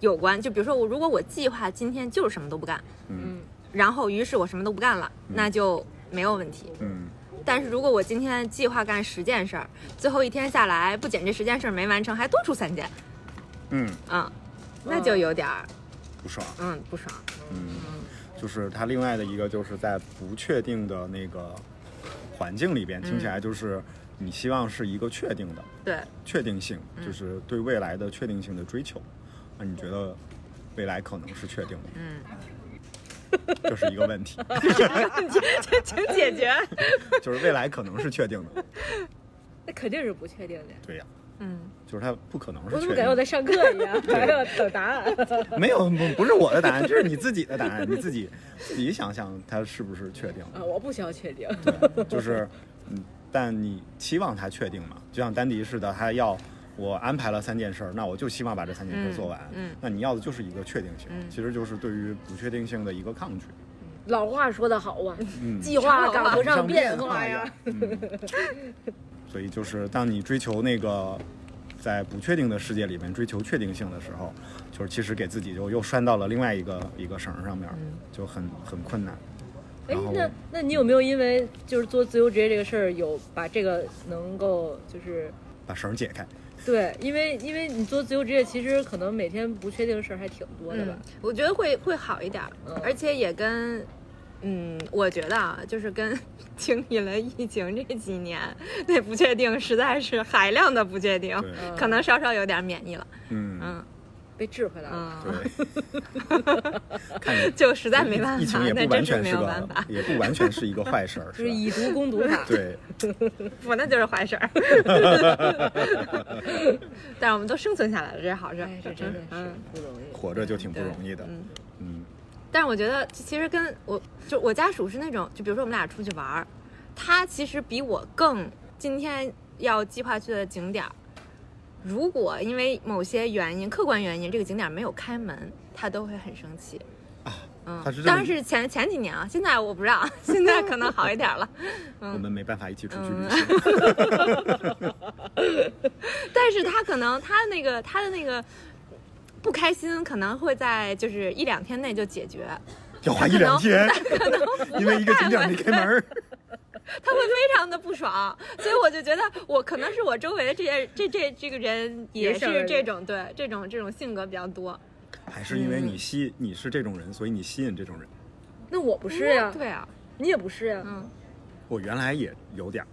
Speaker 4: 有关。就比如说我，如果我计划今天就是什么都不干，
Speaker 1: 嗯
Speaker 4: 然后于是我什么都不干了，那就没有问题。
Speaker 1: 嗯
Speaker 4: 但是如果我今天计划干十件事儿，最后一天下来不仅这十件事儿没完成，还多出三件，
Speaker 1: 嗯，
Speaker 4: 嗯，那就有点儿
Speaker 1: 不爽。
Speaker 4: 嗯不爽。
Speaker 1: 嗯，就是它另外的一个就是在不确定的那个环境里
Speaker 4: 嗯
Speaker 1: 边，听起来就是你希望是一个确定的
Speaker 4: 对，
Speaker 1: 确定性，
Speaker 4: 嗯
Speaker 1: 就是对未来的确定性的追求。那你觉得未来可能是确定的？
Speaker 4: 嗯，
Speaker 1: 这是一个问题，
Speaker 4: 请解决。
Speaker 1: 就是未来可能是确定的。
Speaker 2: 那肯定是不确定的。
Speaker 1: 对呀、
Speaker 4: 嗯，
Speaker 1: 就是它不可能是
Speaker 2: 我
Speaker 1: 确定
Speaker 2: 怎么
Speaker 1: 的。
Speaker 2: 感觉我在上课一样，还要等答案？
Speaker 1: 没 有，不不是我的答案，这是你自己的答案，你自己自己想想它是不是确定
Speaker 2: 啊，我不需要确定。
Speaker 1: 对，就是嗯，但你期望它确定嘛？就像丹迪似的，他要我安排了三件事儿，那我就希望把这三件事儿做完。
Speaker 4: 嗯嗯
Speaker 1: 那你要的就是一个确定性，
Speaker 4: 嗯
Speaker 1: 其实就是对于不确定性的一个抗拒。
Speaker 2: 老话说得好啊，
Speaker 1: 嗯，
Speaker 2: 计划
Speaker 4: 长老
Speaker 2: 赶
Speaker 4: 啊
Speaker 2: 不上
Speaker 1: 上
Speaker 2: 变化
Speaker 1: 化
Speaker 2: 呀。。
Speaker 1: 嗯，所以就是当你追求那个在不确定的世界里面追求确定性的时候，就是其实给自己就又拴到了另外一个一个绳儿上面，
Speaker 4: 嗯
Speaker 1: 就很很困难。
Speaker 2: 哎
Speaker 1: 然后，
Speaker 2: 那那你有没有因为就是做自由职业这个事儿，有把这个能够就是
Speaker 1: 把绳儿解开，
Speaker 2: 对，因为因为你做自由职业，其实可能每天不确定的事儿还挺多的吧
Speaker 4: 嗯？，我觉得会会好一点儿，
Speaker 2: 嗯
Speaker 4: 而且也跟，嗯，我觉得啊，就是跟经历了疫情这几年，那不确定实在是海量的不确定
Speaker 1: 对，
Speaker 2: 嗯
Speaker 4: 可能稍稍有点免疫了，
Speaker 1: 嗯，
Speaker 4: 嗯
Speaker 2: 被治回来了。
Speaker 4: 嗯，
Speaker 1: 对，看你
Speaker 4: 就实在没办
Speaker 1: 疫
Speaker 4: 法
Speaker 1: 情也，
Speaker 4: 那
Speaker 1: 不
Speaker 4: 真
Speaker 1: 完
Speaker 4: 是
Speaker 1: 全
Speaker 4: 没
Speaker 1: 是
Speaker 4: 有办
Speaker 1: 个
Speaker 4: 法，，
Speaker 1: 也不完全是一个坏 事儿，
Speaker 2: 就是是
Speaker 1: 吧？
Speaker 2: 以毒攻毒法，
Speaker 1: 对，
Speaker 4: 不，那就是坏 事儿。 但是我们都生存下来了，这是好事儿
Speaker 2: 哎，，这真的是
Speaker 4: 嗯
Speaker 2: 不容易。
Speaker 1: 活着就挺不容易的，
Speaker 4: 嗯。
Speaker 1: 嗯
Speaker 4: 但是我觉得其实跟我就我家属是那种，就比如说我们俩出去玩儿，他其实比我更今天要计划去的景点儿，如果因为某些原因、客观原因，这个景点儿没有开门，他都会很生气。嗯
Speaker 1: 啊他是，这么
Speaker 4: 当然是前前几年啊，现在我不知道，现在可能好一点 儿了。
Speaker 1: 我们没办法一起出去旅
Speaker 4: 嗯
Speaker 1: 行，
Speaker 4: 但是他可能他那个他的那个不开心，可能会在就是一两天内就解决。
Speaker 1: 要 花一两天， 因为一个景点儿没开门儿。
Speaker 4: 他会非常的不爽，所以我就觉得我可能是我周围的这些这这这个人也
Speaker 2: 也是
Speaker 4: 是这种对这种这种性格比较多。
Speaker 1: 还是因为
Speaker 4: 嗯
Speaker 1: 你吸你是这种人，所以你吸引这种人。
Speaker 2: 那我不是呀，
Speaker 4: 对啊，
Speaker 2: 你也不是呀。
Speaker 4: 嗯，
Speaker 1: 我原来也有点儿，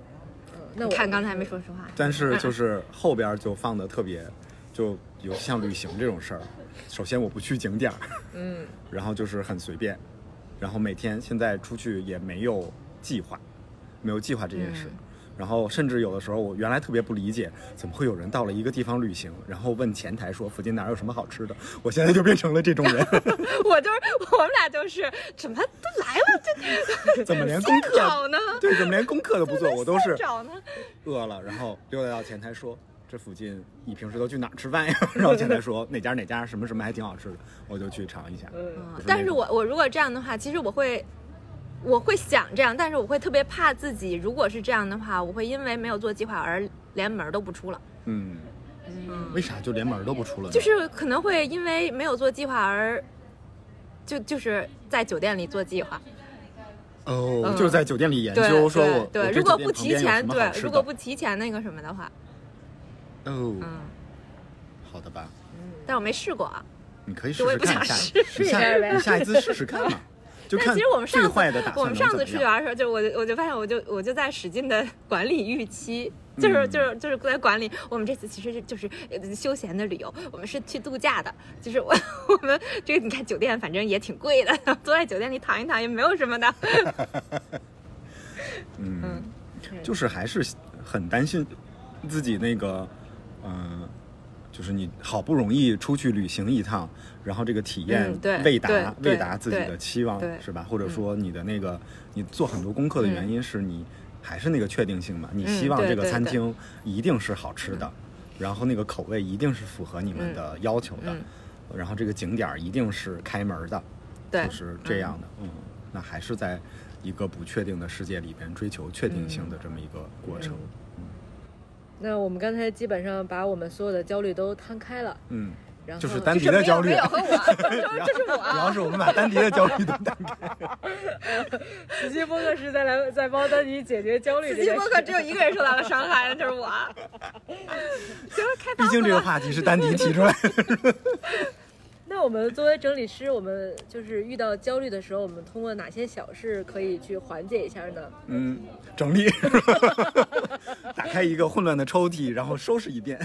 Speaker 2: 嗯那我
Speaker 4: 看刚才没说实话，
Speaker 1: 但是就是后边儿就放的特别，就有像旅行这种事儿。首先我不去景点儿，
Speaker 2: 嗯，
Speaker 1: 然后就是很随便，然后每天现在出去也没有计划，没有计划这件事。
Speaker 4: 嗯
Speaker 1: 然后甚至有的时候，我原来特别不理解，怎么会有人到了一个地方旅行，然后问前台说附近哪儿有什么好吃的？我现在就变成了这种人，
Speaker 4: 我就是我们俩就是怎么都来了，这
Speaker 1: 怎么连功
Speaker 4: 现
Speaker 1: 课
Speaker 4: 找呢？
Speaker 1: 对，怎么连功课都不做，我都是
Speaker 4: 现找呢。
Speaker 1: 饿了，然后溜达到前台说：“这附近你平时都去哪儿吃饭呀？” 然后前台说：“哪家哪家什么什么还挺好吃的。”我就去尝一下。
Speaker 2: 嗯
Speaker 4: 嗯
Speaker 1: 不是那种
Speaker 4: 但是我我如果这样的话，其实我会。我会想这样，但是我会特别怕自己。如果是这样的话，我会因为没有做计划而连门儿都不出了。
Speaker 1: 嗯，为啥就连门儿都不出了呢？
Speaker 4: 就是可能会因为没有做计划而，就就是在酒店里做计划，
Speaker 1: 哦，
Speaker 4: 嗯
Speaker 1: 就是在酒店里研
Speaker 4: 对
Speaker 1: 究，说我
Speaker 4: 对对，
Speaker 1: 我这
Speaker 4: 如
Speaker 1: 酒
Speaker 4: 果
Speaker 1: 店
Speaker 4: 不
Speaker 1: 旁
Speaker 4: 提
Speaker 1: 边有什
Speaker 4: 前，
Speaker 1: 么
Speaker 4: 对
Speaker 1: 好，吃
Speaker 4: 如
Speaker 1: 的
Speaker 4: 果不提前那个什么的话，
Speaker 1: 哦，
Speaker 4: 嗯，
Speaker 1: 好的吧，
Speaker 4: 但我没试过啊。
Speaker 1: 你可以试
Speaker 4: 对
Speaker 1: 试
Speaker 4: 我也不
Speaker 1: 看，
Speaker 4: 想
Speaker 1: 下
Speaker 4: 试
Speaker 1: 你
Speaker 2: 一下
Speaker 1: 下
Speaker 2: 呗
Speaker 1: 你下一次试试看嘛，就
Speaker 4: 但
Speaker 1: 看
Speaker 4: 其实我们上
Speaker 1: 最
Speaker 4: 次
Speaker 1: 坏的打算
Speaker 4: 我们
Speaker 1: 能
Speaker 4: 上
Speaker 1: 怎么
Speaker 4: 次出去
Speaker 1: 样
Speaker 4: 玩的时候，就我就我就发现，我就我就在使劲的 管理预期。就是
Speaker 1: 嗯
Speaker 4: 就是就是在管理，我们这次其实是就是呃休闲的旅游，我们是去度假的。就是我 我们这个你看酒店反正也挺贵的，坐在酒店里躺一躺也没有什么的。
Speaker 1: 嗯，就是还是很担心自己那个，嗯、就是你好不容易出去旅行一趟，然后这个体验
Speaker 4: 嗯对
Speaker 1: 未达、
Speaker 4: 对对
Speaker 1: 未达自己的期望
Speaker 4: 对嗯
Speaker 1: 是吧？或者说你的那个你做很多功课的原因是你还是那个确定性嘛？你希望
Speaker 4: 对
Speaker 1: 这个
Speaker 4: 对
Speaker 1: 餐
Speaker 4: 嗯对
Speaker 1: 厅一定是好吃的，然后那个口味一定是符合你们的要求的，
Speaker 4: 嗯
Speaker 1: 然后这个景点儿一定是开门的，
Speaker 4: 对，
Speaker 1: 就是这样的，嗯，那还是在一个不确定的世界里边追求确定性
Speaker 4: 嗯
Speaker 1: 的这么一个过程，
Speaker 2: 那我们刚才基本上把我们所有的焦虑都摊开了，
Speaker 1: 嗯，
Speaker 2: 然后
Speaker 1: 就是丹迪的焦虑啊
Speaker 4: 没有没。有和我，就是就是我
Speaker 1: 主
Speaker 4: 啊。
Speaker 1: 要是我们把丹迪的焦虑都 带
Speaker 2: 此期播客是在来在帮丹迪解决焦虑这
Speaker 4: 此
Speaker 2: 件
Speaker 4: 期
Speaker 2: 事。
Speaker 4: 播客只有一个人受到了伤害，就是我。行，开
Speaker 1: 毕
Speaker 4: 放
Speaker 1: 竟这个
Speaker 4: 吧。
Speaker 1: 话题是丹迪提出来 的。
Speaker 2: 那我们作为整理师，我们就是遇到焦虑的时候，我们通过哪些小事可以去缓解一下呢？
Speaker 1: 嗯，整理， 打开一个混乱的抽屉，然后收拾一 遍。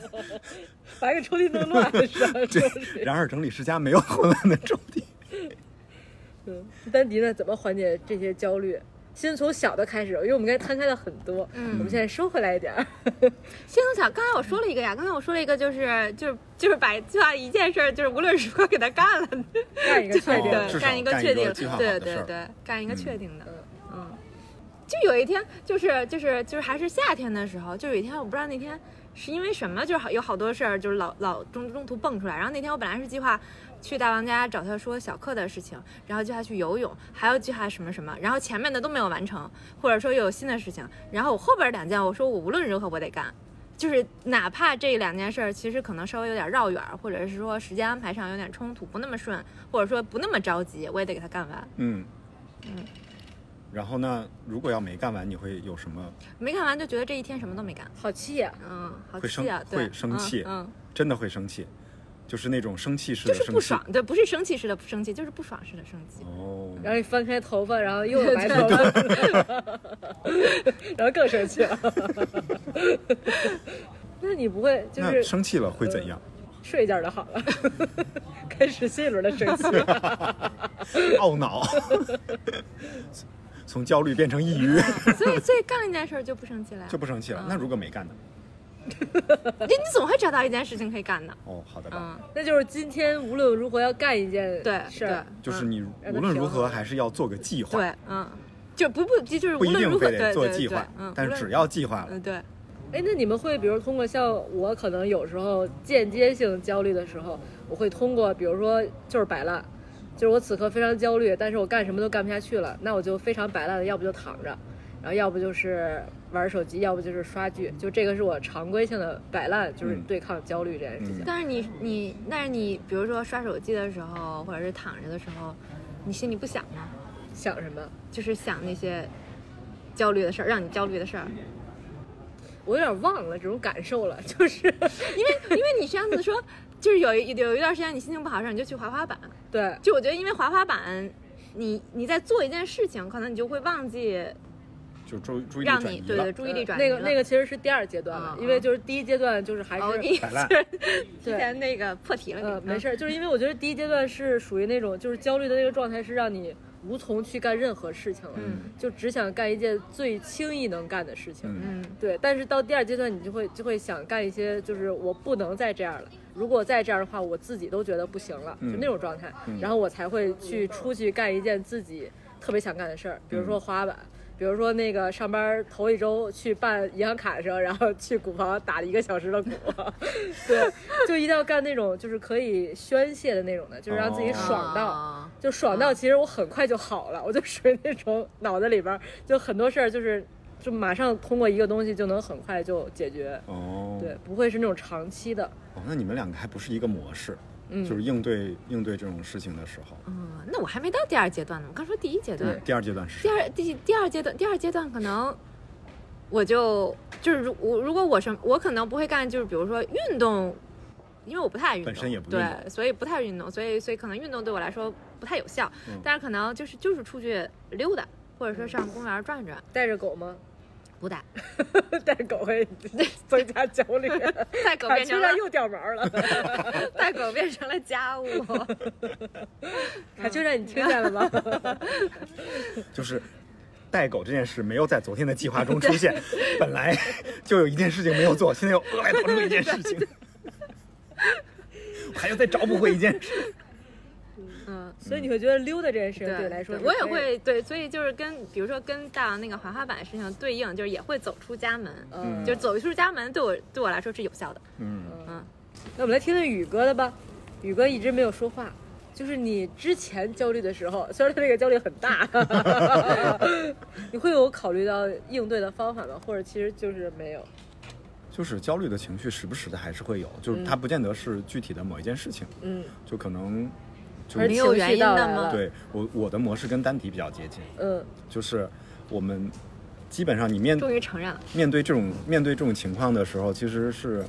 Speaker 2: 把个抽屉弄乱 是吧？
Speaker 1: 对
Speaker 2: 真，是
Speaker 1: 然而整理世家没有混乱的抽 屉。
Speaker 2: 嗯，丹迪呢，怎么缓解这些焦虑？先从小的开始，因为我们刚才摊开了很多，
Speaker 4: 嗯
Speaker 2: 我们现在收回来一点 儿。
Speaker 4: 先从小，刚才我说了一个呀，刚才我说了一个，就是就是就是把计划一件事儿，就是无论如何给它干了，
Speaker 2: 干一个确定
Speaker 1: 哦
Speaker 2: 的
Speaker 1: 至
Speaker 4: 对，
Speaker 1: 少
Speaker 4: 干一
Speaker 1: 干一
Speaker 4: 确
Speaker 1: 个
Speaker 4: 定，
Speaker 1: 计划好
Speaker 4: 对
Speaker 1: 的事
Speaker 4: 对
Speaker 1: 儿嗯
Speaker 4: 对，干一个确定的
Speaker 2: 嗯，
Speaker 4: 嗯。就有一天，就是就是就是还是夏天的时候，就有一天我不知道那天是因为什么，就是好有好多事儿，就是老老中中途蹦出来。然后那天我本来是计划去大王家找他说小克的事情，然后计划去游泳，还有计划什么什么，然后前面的都没有完成，或者说又有新的事情。然后我后边两件，我说我无论如何我得干。就是哪怕这两件事儿其实可能稍微有点绕远儿，或者是说时间安排上有点冲突，不那么顺，或者说不那么着急，我也得给他干完。
Speaker 1: 嗯，然后呢，如果要没干完，你会有什么？
Speaker 4: 没干完就觉得这一天什么都没干，
Speaker 2: 好气呀、
Speaker 4: 嗯，好
Speaker 1: 会生
Speaker 4: 气啊，对，
Speaker 1: 会生气
Speaker 4: 嗯，嗯
Speaker 1: 真的会生气，就是那种生气式
Speaker 4: 就
Speaker 1: 的
Speaker 4: 是
Speaker 1: 生
Speaker 4: 不
Speaker 1: 气
Speaker 4: 爽。，对，不是生气式的生气，就是不爽式的生 气。
Speaker 1: 哦，
Speaker 4: 哎
Speaker 2: 然后你翻开头发，然后又有白头发， 然后更生气了。那你不会就
Speaker 1: 那
Speaker 2: 是
Speaker 1: 生气了会怎样？
Speaker 2: 睡一觉就好了， 开始新一轮的生气。
Speaker 4: 呃
Speaker 1: 懊恼，从焦虑变成抑郁，
Speaker 4: 所以，所以干了一件事儿就不生气了呀。
Speaker 1: 就不生气了。那如果没干呢？
Speaker 4: 你你总会找到一件事情可以干的。
Speaker 1: 哦，好的吧，
Speaker 4: 嗯，
Speaker 2: 那就是今天无论如何要干一件
Speaker 4: 对，
Speaker 2: 事
Speaker 4: 对
Speaker 2: 儿，，
Speaker 1: 就是
Speaker 4: 嗯
Speaker 1: 你
Speaker 2: 让它
Speaker 1: 无论如
Speaker 2: 平
Speaker 1: 何
Speaker 2: 衡
Speaker 1: 还是要做个计划，
Speaker 4: 对，嗯，就不不就是无
Speaker 1: 不一
Speaker 4: 论
Speaker 1: 定
Speaker 4: 如何
Speaker 1: 非
Speaker 4: 对
Speaker 1: 得做
Speaker 4: 对
Speaker 1: 计划
Speaker 4: 对，嗯，
Speaker 1: 但
Speaker 4: 无
Speaker 1: 是
Speaker 4: 论
Speaker 1: 只要计划了，
Speaker 4: 嗯对，
Speaker 2: 哎，那你们会比如通过像我可能有时候间接性焦虑的时候，我会通过比如说就是摆烂，就是我此刻非常焦虑，但是我干什么都干不下去了，那我就非常摆烂的，要不就躺着，然后要不就是玩手机，要不就是刷剧，就这个是我常规性的摆烂，就是
Speaker 1: 嗯
Speaker 2: 对抗焦虑这件事情。
Speaker 1: 嗯
Speaker 4: 但是你你，但是你，比如说刷手机的时候，或者是躺着的时候，你心里不想吗？
Speaker 2: 想什么？
Speaker 4: 就是想那些焦虑的事儿，让你焦虑的事儿。
Speaker 2: 我有点忘了这种感受了， 就是
Speaker 4: 因为因为你上次说，就是有一有一段时间你心情不好的时候，你就去滑滑板。
Speaker 2: 对
Speaker 4: 就我觉得，因为滑滑板，你你在做一件事情，可能你就会忘记
Speaker 1: 就注注意力
Speaker 4: 让
Speaker 1: 转
Speaker 4: 你
Speaker 1: 移
Speaker 4: 对对
Speaker 1: 了。
Speaker 4: 注意力转移
Speaker 2: 呃那个
Speaker 4: 了
Speaker 2: 那个其实是第二阶段了，
Speaker 4: 嗯
Speaker 2: 因为就是第一阶段就是还是、
Speaker 4: 哦，我给你
Speaker 1: 摆 烂
Speaker 4: 之前那个破题了，
Speaker 2: 呃，
Speaker 4: 给你
Speaker 2: 没事，儿，就是因为我觉得第一阶段是属于那种，就是焦虑的那个状态是让你无从去干任何事情了，
Speaker 4: 嗯
Speaker 2: 就只想干一件最轻易能干的事情。
Speaker 1: 嗯
Speaker 4: 嗯，
Speaker 2: 对，但是到第二阶段，你就会就会想干一些，就是我不能再这样了。如果再这样的话，我自己都觉得不行了，
Speaker 1: 嗯
Speaker 2: 就那种状态。
Speaker 1: 嗯
Speaker 2: 然后我才会去出去干一件自己特别想干的事儿，比如
Speaker 1: 嗯
Speaker 2: 说滑板，比如说那个上班头一周去办银行卡的时候，然后去鼓房打了一个小时的鼓， 对，就一定要干那种就是可以宣泄的那种的，就是让自己爽到。
Speaker 1: 哦
Speaker 4: 啊
Speaker 2: 就爽到，其实我很快就好了，我就属于那种脑子里边儿就很多事儿就是就马上通过一个东西就能很快就解决，
Speaker 1: 哦，
Speaker 2: 对，不会是那种长期的，
Speaker 1: 哦，那你们两个还不是一个模式，
Speaker 2: 嗯，
Speaker 1: 就是应对应对这种事情的时候，
Speaker 4: 嗯，那我还没到第二阶段呢，我刚说第一阶段
Speaker 1: 嗯，第二阶段是
Speaker 4: 第
Speaker 1: 啥？
Speaker 4: 二第第二阶段，第二阶段可能我就就是如我如果我什么我可能不会干，就是比如说运动，因为我不太爱运动，
Speaker 1: 本身也不运
Speaker 4: 对，所以不太运动，所以所以可能运动对我来说不太有效，
Speaker 1: 嗯
Speaker 4: 但是可能就是就是出去溜达，或者说上公园转转，
Speaker 2: 带着狗吗？
Speaker 4: 不 带
Speaker 2: 带狗会增加焦虑，
Speaker 4: 带 狗
Speaker 2: 卡
Speaker 4: 变
Speaker 2: 其
Speaker 4: 成了
Speaker 2: 上又掉毛了，
Speaker 4: 带狗变成了家务，
Speaker 2: 卡其上你啊听见了 吗？
Speaker 1: 就是带狗这件事没有在昨天的计划 中出现，本来就有一件事情没有做，现在又额外多出一件事情，我 还要再找补回一件事。
Speaker 4: 嗯。
Speaker 2: 所以你会觉得溜达这件事情对你来说是
Speaker 4: 我也
Speaker 2: 可以
Speaker 4: 会对，所以就是跟比如说跟大王那个滑滑板的事情对应，就是也会走出家门，
Speaker 2: 嗯，
Speaker 4: 就是走出家门对我对我来说是有效的。
Speaker 1: 嗯，
Speaker 4: 嗯，
Speaker 2: 那我们来听听宇哥的吧。宇哥一直没有说话，就是你之前焦虑的时候，虽然他这个焦虑很大， 你会有考虑到应对的方法吗？或者其实就是没有？
Speaker 1: 就是焦虑的情绪时不时的还是会有，就是
Speaker 2: 嗯
Speaker 1: 它不见得是具体的某一件事情，
Speaker 2: 嗯，
Speaker 1: 就可能就
Speaker 2: 而
Speaker 4: 没
Speaker 2: 情
Speaker 4: 有
Speaker 2: 绪
Speaker 4: 原因
Speaker 2: 到
Speaker 4: 的
Speaker 2: 来
Speaker 4: 吗
Speaker 2: 了，
Speaker 1: 对我我的模式跟丹迪比较接近，
Speaker 2: 嗯
Speaker 1: 就是我们基本上你面
Speaker 4: 终于承认了，
Speaker 1: 面对这种面对这种情况的时候，其实是，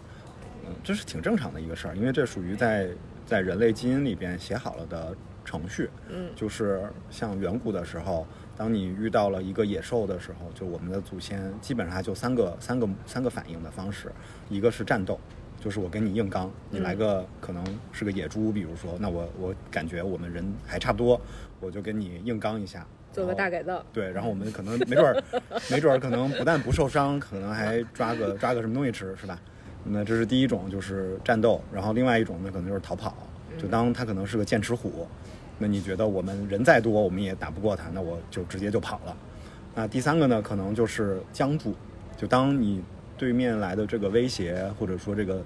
Speaker 1: 嗯，这是挺正常的一个事儿，因为这属于在在人类基因里边写好了的程序。
Speaker 2: 嗯
Speaker 1: 就是像远古的时候，当你遇到了一个野兽的时候，就我们的祖先基本上它就三个三个三个反应的方式，一个是战斗。就是我跟你硬刚，你来
Speaker 2: 嗯
Speaker 1: 个可能是个野猪，比如说，那我我感觉我们人还差不多，我就跟你硬刚一下，
Speaker 2: 做个
Speaker 1: 然后
Speaker 2: 大改造。
Speaker 1: 对，然后我们可能没准儿，没准儿可能不但不受伤，可能还抓个抓个什么东西吃，是吧？那这是第一种，就是战斗，然后另外一种呢，可能就是逃跑。就当它可能是个剑齿虎，那你觉得我们人再多，我们也打不过它，那我就直接就跑了。那那第三个呢，可能就是僵住，就当你对面来的这个威胁，或者说这个，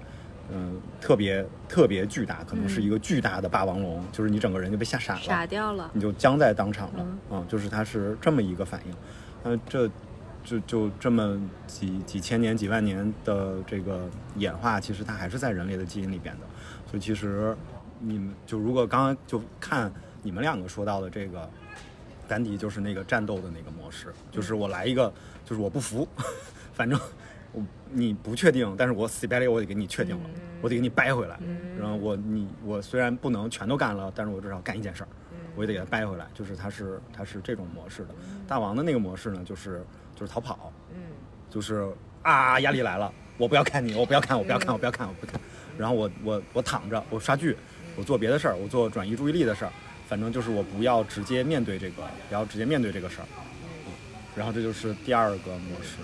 Speaker 1: 嗯、特别特别巨大，可能是一个巨大的霸王龙，就是你整个人就被吓傻了，
Speaker 4: 傻掉了。
Speaker 1: 你就僵在当场了，嗯，就是它是这么一个反应，呃，这就就这么几几千年、几万年的这个演化，其实它还是在人类的基因里边的，所以其实你们就如果刚刚就看你们两个说到的这个。丹迪就是那个战斗的那个模式，就是我来一个，就是我不服，反正我你不确定，但是我死皮赖脸我得给你确定了，我得给你掰回来。然后我你我虽然不能全都干了，但是我至少干一件事儿，我也得给它掰回来。就是它是它是这种模式的。大王的那个模式呢，就是就是逃跑，就是啊压力来了，我不要看你，我不要看，我不要看，我不要看，我不看。然后我我我躺着，我刷剧，我做别的事儿，我做转移注意力的事儿，反正就是我不要直接面对这个，不要直接面对这个事儿。嗯然后这就是第二个模式。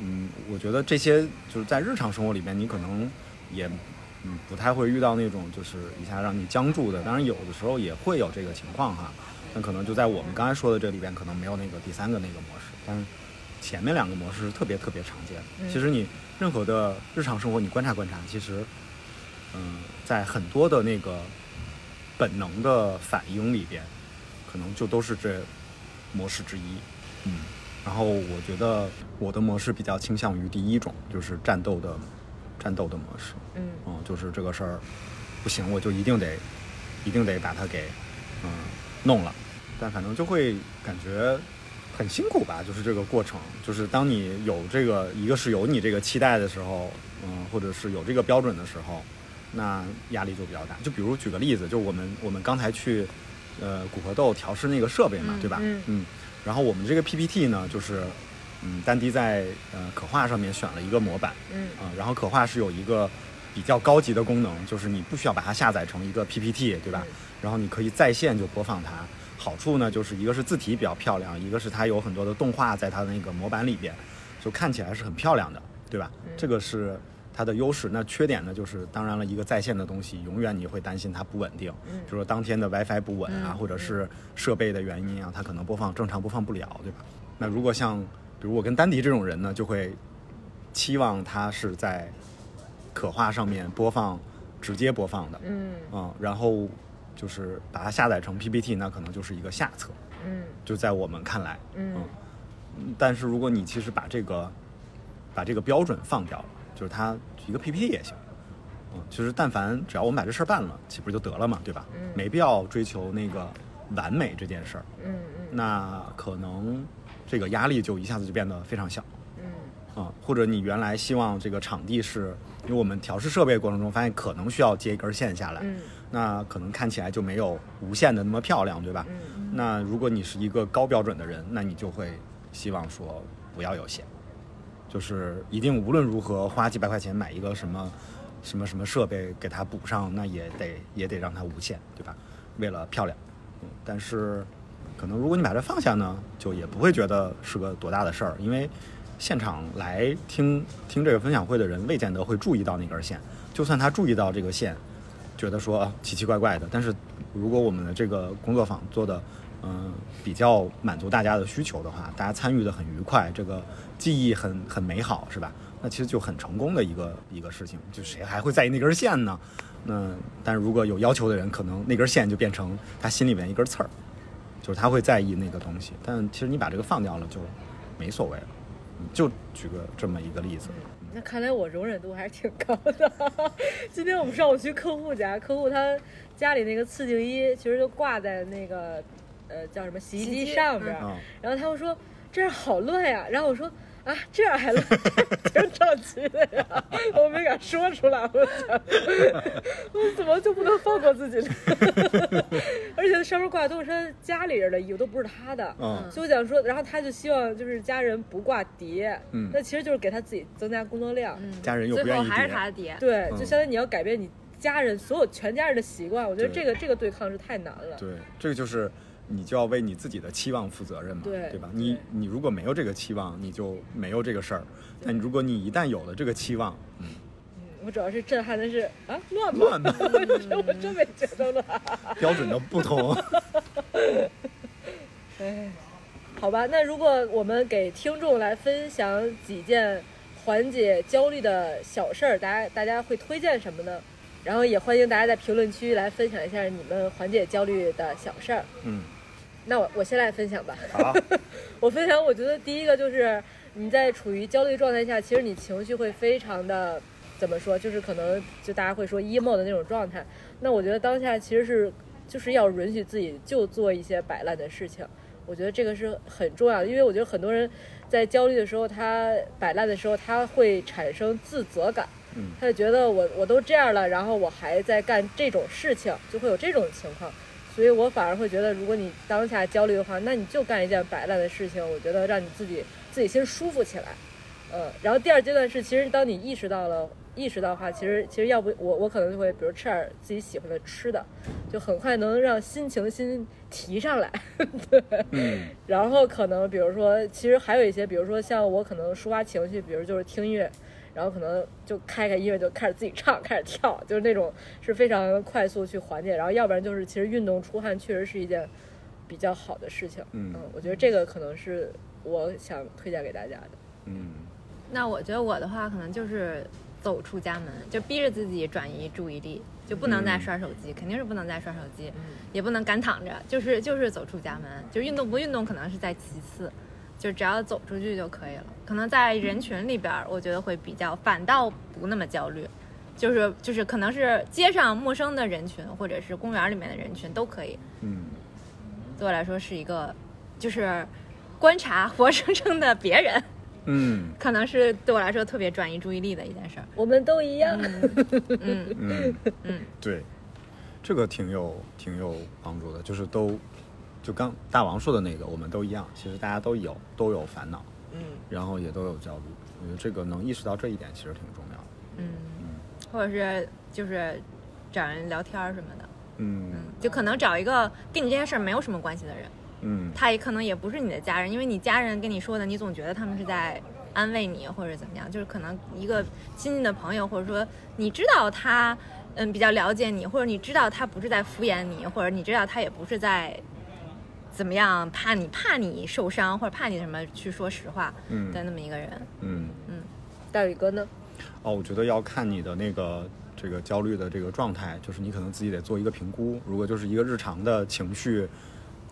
Speaker 1: 嗯，我觉得这些就是在日常生活里面，你可能也嗯不太会遇到那种就是一下让你僵住的。当然有的时候也会有这个情况哈，但可能就在我们刚才说的这里边，可能没有那个第三个那个模式，但是前面两个模式是特别特别常见的。其实你任何的日常生活，你观察观察，其实嗯，在很多的那个本能的反应里边，可能就都是这模式之一。嗯，然后我觉得我的模式比较倾向于第一种，就是战斗的战斗的模式。
Speaker 2: 嗯
Speaker 1: 嗯，就是这个事儿不行，我就一定得一定得把它给嗯弄了，但反正就会感觉很辛苦吧，就是这个过程，就是当你有这个一个是有你这个期待的时候，嗯，或者是有这个标准的时候，那压力就比较大。就比如举个例子，就我们我们刚才去呃骨和豆调试那个设备嘛，
Speaker 4: 嗯
Speaker 1: 对吧？
Speaker 2: 嗯
Speaker 1: 嗯，然后我们这个 PPT 呢，就是嗯丹迪在呃可画上面选了一个模板，
Speaker 2: 嗯
Speaker 1: 啊，然后可画是有一个比较高级的功能，就是你不需要把它下载成一个 PPT，对吧？然后你可以在线就播放它。好处呢，就是一个是字体比较漂亮，一个是它有很多的动画在它的那个模板里边，就看起来是很漂亮的，对吧？这个是它的优势。那缺点呢，就是当然了，一个在线的东西，永远你会担心它不稳定，比如说当天的 WiFi 不稳啊，或者是设备的原因啊，它可能播放正常播放不了，对吧？那如果像比如我跟丹迪这种人呢，就会期望它是在可画上面播放直接播放的，
Speaker 2: 嗯
Speaker 1: 嗯，然后就是把它下载成 PPT，那可能就是一个下册，
Speaker 2: 嗯
Speaker 1: 就在我们看来，
Speaker 2: 嗯
Speaker 1: 嗯但是如果你其实把这个把这个标准放掉了，就是它一个 PPT 也行。嗯，其实但凡只要我们把这事儿办了，岂不是就得了嘛，对吧？没必要追求那个完美这件事儿，
Speaker 2: 嗯
Speaker 1: 那可能这个压力就一下子就变得非常小。
Speaker 2: 嗯
Speaker 1: 啊，或者你原来希望这个场地是，因为我们调试设备过程中发现可能需要接一根线下来，
Speaker 2: 嗯
Speaker 1: 那可能看起来就没有无线的那么漂亮，对吧？
Speaker 2: 嗯
Speaker 1: 那如果你是一个高标准的人，那你就会希望说不要有线，就是一定无论如何花几百块钱买一个什么什么什么设备给它补上，那也得也得让它无线，对吧？为了漂亮，嗯，但是可能如果你把这放下呢，就也不会觉得是个多大的事儿，因为现场来听听这个分享会的人未见得会注意到那根线，就算他注意到这个线，觉得说啊奇奇怪怪的，但是如果我们的这个工作坊做的嗯、比较满足大家的需求的话，大家参与的很愉快，这个记忆很很美好，是吧？那其实就很成功的一个一个事情，就谁还会在意那根线呢？那但如果有要求的人，可能那根线就变成他心里面一根刺儿，就是他会在意那个东西。但其实你把这个放掉了，就没所谓了。嗯就举个这么一个例子，
Speaker 2: 那看来我容忍度还是挺高的。 今天我们上午去客户家，客户他家里那个次净衣其实就挂在那个呃叫什么洗衣
Speaker 4: 洗衣
Speaker 2: 机
Speaker 4: 机
Speaker 2: 上边儿，
Speaker 1: 嗯
Speaker 2: 然后他又说这样好乱呀，然后我说。啊，这样还乱， 挺整齐的呀！我没敢说出来，我想，我怎么就不能放过自己呢？ 而且上面挂的都是他家里人的衣服，都不是他的。
Speaker 1: 嗯
Speaker 2: 所以我想说，然后他就希望就是家人不挂碟，
Speaker 1: 嗯
Speaker 2: 那其实就是给他自己增加工作量。
Speaker 4: 嗯
Speaker 1: 家人又不
Speaker 4: 最后
Speaker 1: 愿意
Speaker 4: 还是
Speaker 1: 叠
Speaker 4: 他的爹。
Speaker 2: 对，
Speaker 1: 嗯
Speaker 2: 就相当于你要改变你家人所有全家人的习惯，我觉得
Speaker 1: 对
Speaker 2: 这个这个对抗是太难了。
Speaker 1: 对，这个就是你就要为你自己的期望负责任嘛，
Speaker 2: 对
Speaker 1: 吧？你
Speaker 2: 对
Speaker 1: 你如果没有这个期望，你就没有这个事儿。但如果你一旦有了这个期望，
Speaker 2: 我主要是震撼的是啊，乱 吗？
Speaker 1: 乱的
Speaker 2: 我真没觉得乱。
Speaker 1: 标准都不同。
Speaker 2: 哎，好吧，那如果我们给听众来分享几件缓解焦虑的小事儿，大家大家会推荐什么呢？然后也欢迎大家在评论区来分享一下你们缓解焦虑的小事儿。
Speaker 1: 嗯，
Speaker 2: 那我我先来分享吧。
Speaker 1: 好，
Speaker 2: 我分享，我觉得第一个就是你在处于焦虑状态下，其实你情绪会非常的怎么说，就是可能就大家会说 emo 的那种状态。那我觉得当下其实是就是要允许自己就做一些摆烂的事情，我觉得这个是很重要的，因为我觉得很多人在焦虑的时候，他摆烂的时候，他会产生自责感
Speaker 1: 嗯。
Speaker 2: 他就觉得我我都这样了，然后我还在干这种事情，就会有这种情况。所以我反而会觉得，如果你当下焦虑的话，那你就干一件摆烂的事情，我觉得让你自己自己先舒服起来。呃，然后第二阶段是，其实当你意识到了意识到的话，其实其实要不我我可能就会，比如吃点儿自己喜欢的吃的，就很快能让心情先提上来。
Speaker 1: 嗯
Speaker 2: 然后可能比如说，其实还有一些，比如说像我可能抒发情绪，比如就是听音乐，然后可能就开开音乐就开始自己唱，开始跳，就是那种是非常快速去缓解。然后要不然就是其实运动出汗确实是一件比较好的事情。
Speaker 1: 嗯
Speaker 2: 我觉得这个可能是我想推荐给大家的。
Speaker 1: 嗯
Speaker 4: 那我觉得我的话可能就是走出家门，就逼着自己转移注意力，就不能再
Speaker 1: 嗯
Speaker 4: 刷手机，肯定是不能再刷手机，也不能干躺着，就是就是走出家门，就运动不运动可能是在其次，就只要走出去就可以了。可能在人群里边儿，我觉得会比较反倒不那么焦虑。就是就是，可能是街上陌生的人群，或者是公园里面的人群都可以，
Speaker 1: 嗯
Speaker 4: 对我来说是一个，就是观察活生生的别人，
Speaker 1: 嗯
Speaker 4: 可能是对我来说特别转移注意力的一件事儿。
Speaker 2: 我们都一样，
Speaker 4: 嗯，
Speaker 1: 嗯
Speaker 4: 嗯，
Speaker 1: 对，这个挺有挺有帮助的，就是都就刚大王说的那个，我们都一样，其实大家都有都有烦恼，
Speaker 2: 嗯，
Speaker 1: 然后也都有焦虑，我觉得这个能意识到这一点其实挺重要的。
Speaker 4: 嗯，或者是就是找人聊天儿什么的，
Speaker 1: 嗯
Speaker 4: 嗯，就可能找一个跟你这件事儿没有什么关系的人，
Speaker 1: 嗯
Speaker 4: 他也可能也不是你的家人，因为你家人跟你说的，你总觉得他们是在安慰你或者怎么样，就是可能一个亲近的朋友，或者说你知道他，嗯，比较了解你，或者你知道他不是在敷衍你，或者你知道他也不是在怎么样怕你怕你受伤或者怕你什么去说实话
Speaker 1: 嗯
Speaker 4: 的那么一个人，
Speaker 1: 嗯，
Speaker 2: 大宇哥呢？
Speaker 1: 哦，我觉得要看你的那个这个焦虑的这个状态，就是你可能自己得做一个评估。如果就是一个日常的情绪，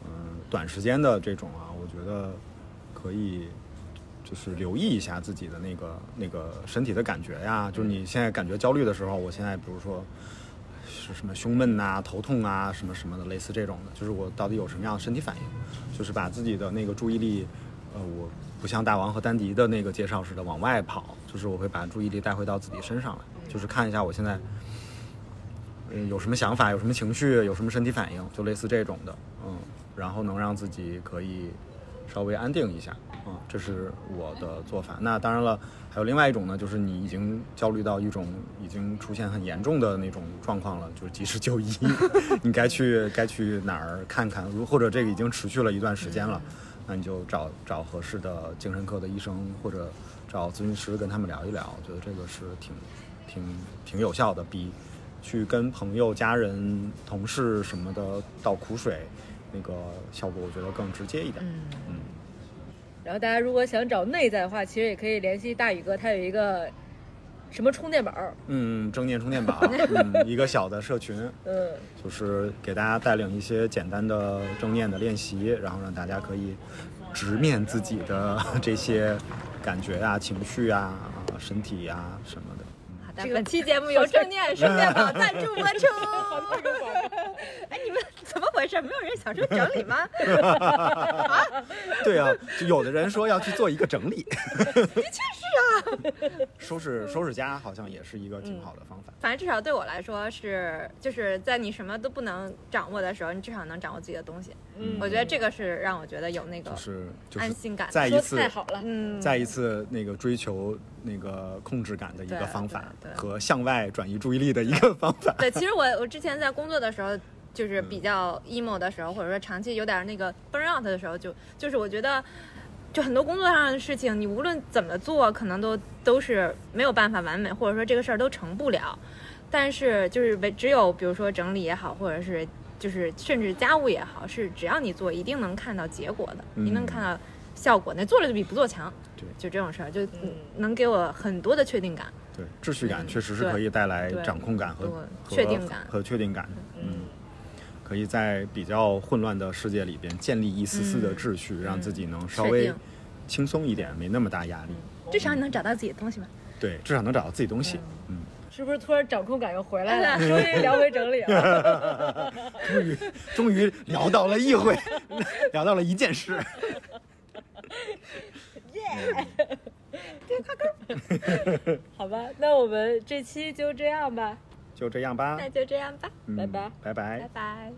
Speaker 1: 嗯、短时间的这种啊，我觉得可以就是留意一下自己的那个那个身体的感觉呀。就是你现在感觉焦虑的时候，我现在比如说是什么胸闷呐、头痛啊、什么什么的，类似这种的，就是我到底有什么样的身体反应，就是把自己的那个注意力，呃，我不像大王和丹迪的那个介绍似的往外跑，就是我会把注意力带回到自己身上来，就是看一下我现在。嗯，有什么想法，有什么情绪，有什么身体反应，就类似这种的，嗯，然后能让自己可以稍微安定一下，嗯，这是我的做法。那当然了，还有另外一种呢，就是你已经焦虑到一种已经出现很严重的那种状况了，就是及时就医， 你该去该去哪儿看看，如或者这个已经持续了一段时间了，那你就找找合适的精神科的医生或者找咨询师跟他们聊一聊，我觉得这个是挺挺挺有效的，比去跟朋友、家人、同事什么的倒苦水，那个效果我觉得更直接一点。
Speaker 4: 嗯。
Speaker 1: 嗯
Speaker 2: 然后大家如果想找内在的话，其实也可以联系大宇哥，他有一个什么充电宝儿，
Speaker 1: 嗯，正念充电 宝，嗯，一个小的社群，
Speaker 2: 嗯。
Speaker 1: 就是给大家带领一些简单的正念的练习，然后让大家可以直面自己的这些感觉啊、情绪啊、啊身体啊什 么的。
Speaker 4: 好的，本期节目由正念顺便宝赞助播 出。哎，你们怎么回事？没有人想说整理吗？
Speaker 1: 对啊，就有的人说要去做一个整理，的确是啊， 嗯收拾收拾家好像也是一个挺好的方法。
Speaker 4: 反正至少对我来说是，就是在你什么都不能掌握的时候，你至少能掌握自己的东西。
Speaker 1: 嗯
Speaker 4: 我觉得这个是让我觉得有那个
Speaker 1: 就是就
Speaker 4: 安
Speaker 1: 是
Speaker 4: 心感。
Speaker 1: 再一
Speaker 2: 说
Speaker 1: 次
Speaker 2: 太好了，
Speaker 4: 嗯，
Speaker 1: 再一次那个追求那个控制感的一个
Speaker 4: 对
Speaker 1: 方法
Speaker 4: 对对
Speaker 1: 和向外转移注意力的一个方 法。
Speaker 4: 对，其实我我之前在工作的时候，
Speaker 1: 嗯
Speaker 4: 就是比较 emo 的时候，或者说长期有点那个 burn out 的时候，就就是我觉得，就很多工作上的事情，你无论怎么做，可能都都是没有办法完美，或者说这个事儿都成不了。但是就是唯只有比如说整理也好，或者是就是甚至家务也好，是只要你做，一定能看到结果的，
Speaker 1: 嗯
Speaker 4: 一定能看到效果。那做了就比不做强，
Speaker 1: 对
Speaker 4: 就这种事儿，就能给我很多的确定感。
Speaker 1: 对，秩序感
Speaker 4: 嗯
Speaker 1: 确实是
Speaker 4: 对
Speaker 1: 可以带来
Speaker 4: 对
Speaker 1: 掌控感和
Speaker 4: 对
Speaker 1: 和
Speaker 4: 确定感
Speaker 1: 和确定感的，嗯，可以在比较混乱的世界里边建立一丝丝的
Speaker 4: 嗯
Speaker 1: 秩序，让自己能稍
Speaker 4: 确
Speaker 1: 微
Speaker 4: 定嗯
Speaker 1: 轻松一点，没那么大压力。
Speaker 4: 至少你能找到自己的 东西嘛。
Speaker 1: 对，至少能找到自己东西。嗯，
Speaker 2: 是不是突然掌控感又回来
Speaker 4: 哎
Speaker 2: 了？终于聊回整理了。
Speaker 1: 终 于终于聊到了议会，聊到了一件事。
Speaker 2: 好吧，那我们这期就这样吧，
Speaker 1: 就这样吧，
Speaker 4: 那就这样吧，
Speaker 1: 嗯
Speaker 2: 拜拜
Speaker 1: 拜拜
Speaker 4: 哎拜。拜。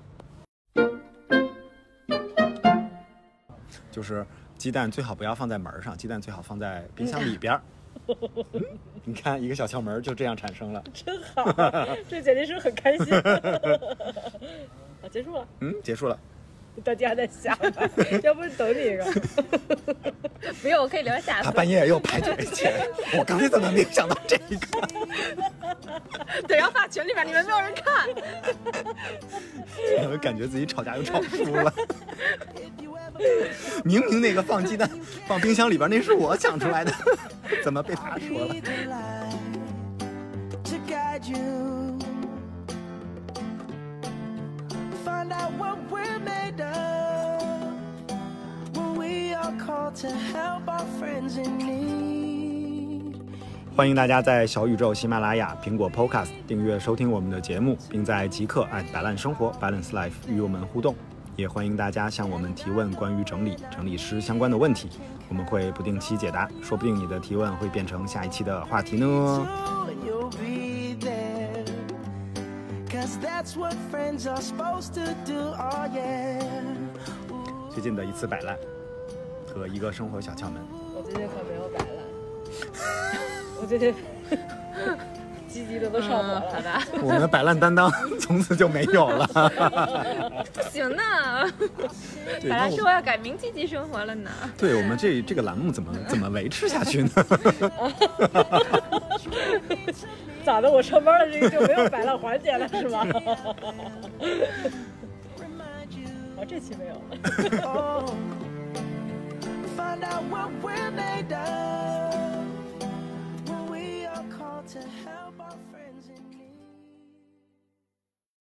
Speaker 1: 就是鸡蛋最好不要放在门儿上，鸡蛋最好放在冰箱里边儿。嗯你看，一个小窍门儿就这样产生了。
Speaker 2: 真好，这简直是很开 心。好，结束了，
Speaker 1: 嗯，结束了。
Speaker 2: 大家在下 吧，要不等你一个。
Speaker 4: 不用，我可以留
Speaker 2: 啊
Speaker 4: 下
Speaker 1: 他
Speaker 4: 次。
Speaker 1: 半夜又排队去， 我刚才怎么没有想到这个？
Speaker 4: 对，然后发群里边，你们没有人看。
Speaker 1: 我感觉自己吵架又吵输了。
Speaker 3: If you ever feel
Speaker 1: 明明那个放鸡蛋放冰箱里边儿那是我想出来的， 怎么被他说了？
Speaker 3: need a light to guide you. Find out what we're made of when we are called to help our friends in need.
Speaker 1: 欢迎大家在小宇宙、喜马拉雅、苹果 Podcast 订阅收听我们的节目，并在极客爱摆烂生活 Balance Life 与我们互动。也欢迎大家向我们提问关于整理、整理师相关的问题，我们会不定期解答，说不定你的提问会变成下一期的话题呢。
Speaker 3: and you'll be there. Cause that's what friends are supposed to do, oh yeah.
Speaker 1: 最近的一次摆烂和一个生活小窍 门，
Speaker 2: 我最近可没有摆烂，我最 近积极的都上火
Speaker 4: 嗯，
Speaker 2: 了。
Speaker 4: 好吧，
Speaker 1: 我们的摆烂担当从此就没有了。
Speaker 4: 不行呢。
Speaker 1: 对，
Speaker 4: 本
Speaker 1: 那
Speaker 4: 来
Speaker 1: 我
Speaker 4: 说要改名积极生活了呢。
Speaker 1: 对我们这这个栏目怎么怎么维持下去呢？
Speaker 2: 咋的？我上班了，这个就没有摆烂环节了，是 吗？
Speaker 3: Remind you.
Speaker 2: 啊，这期没有了。
Speaker 3: Oh. Find out what we're made of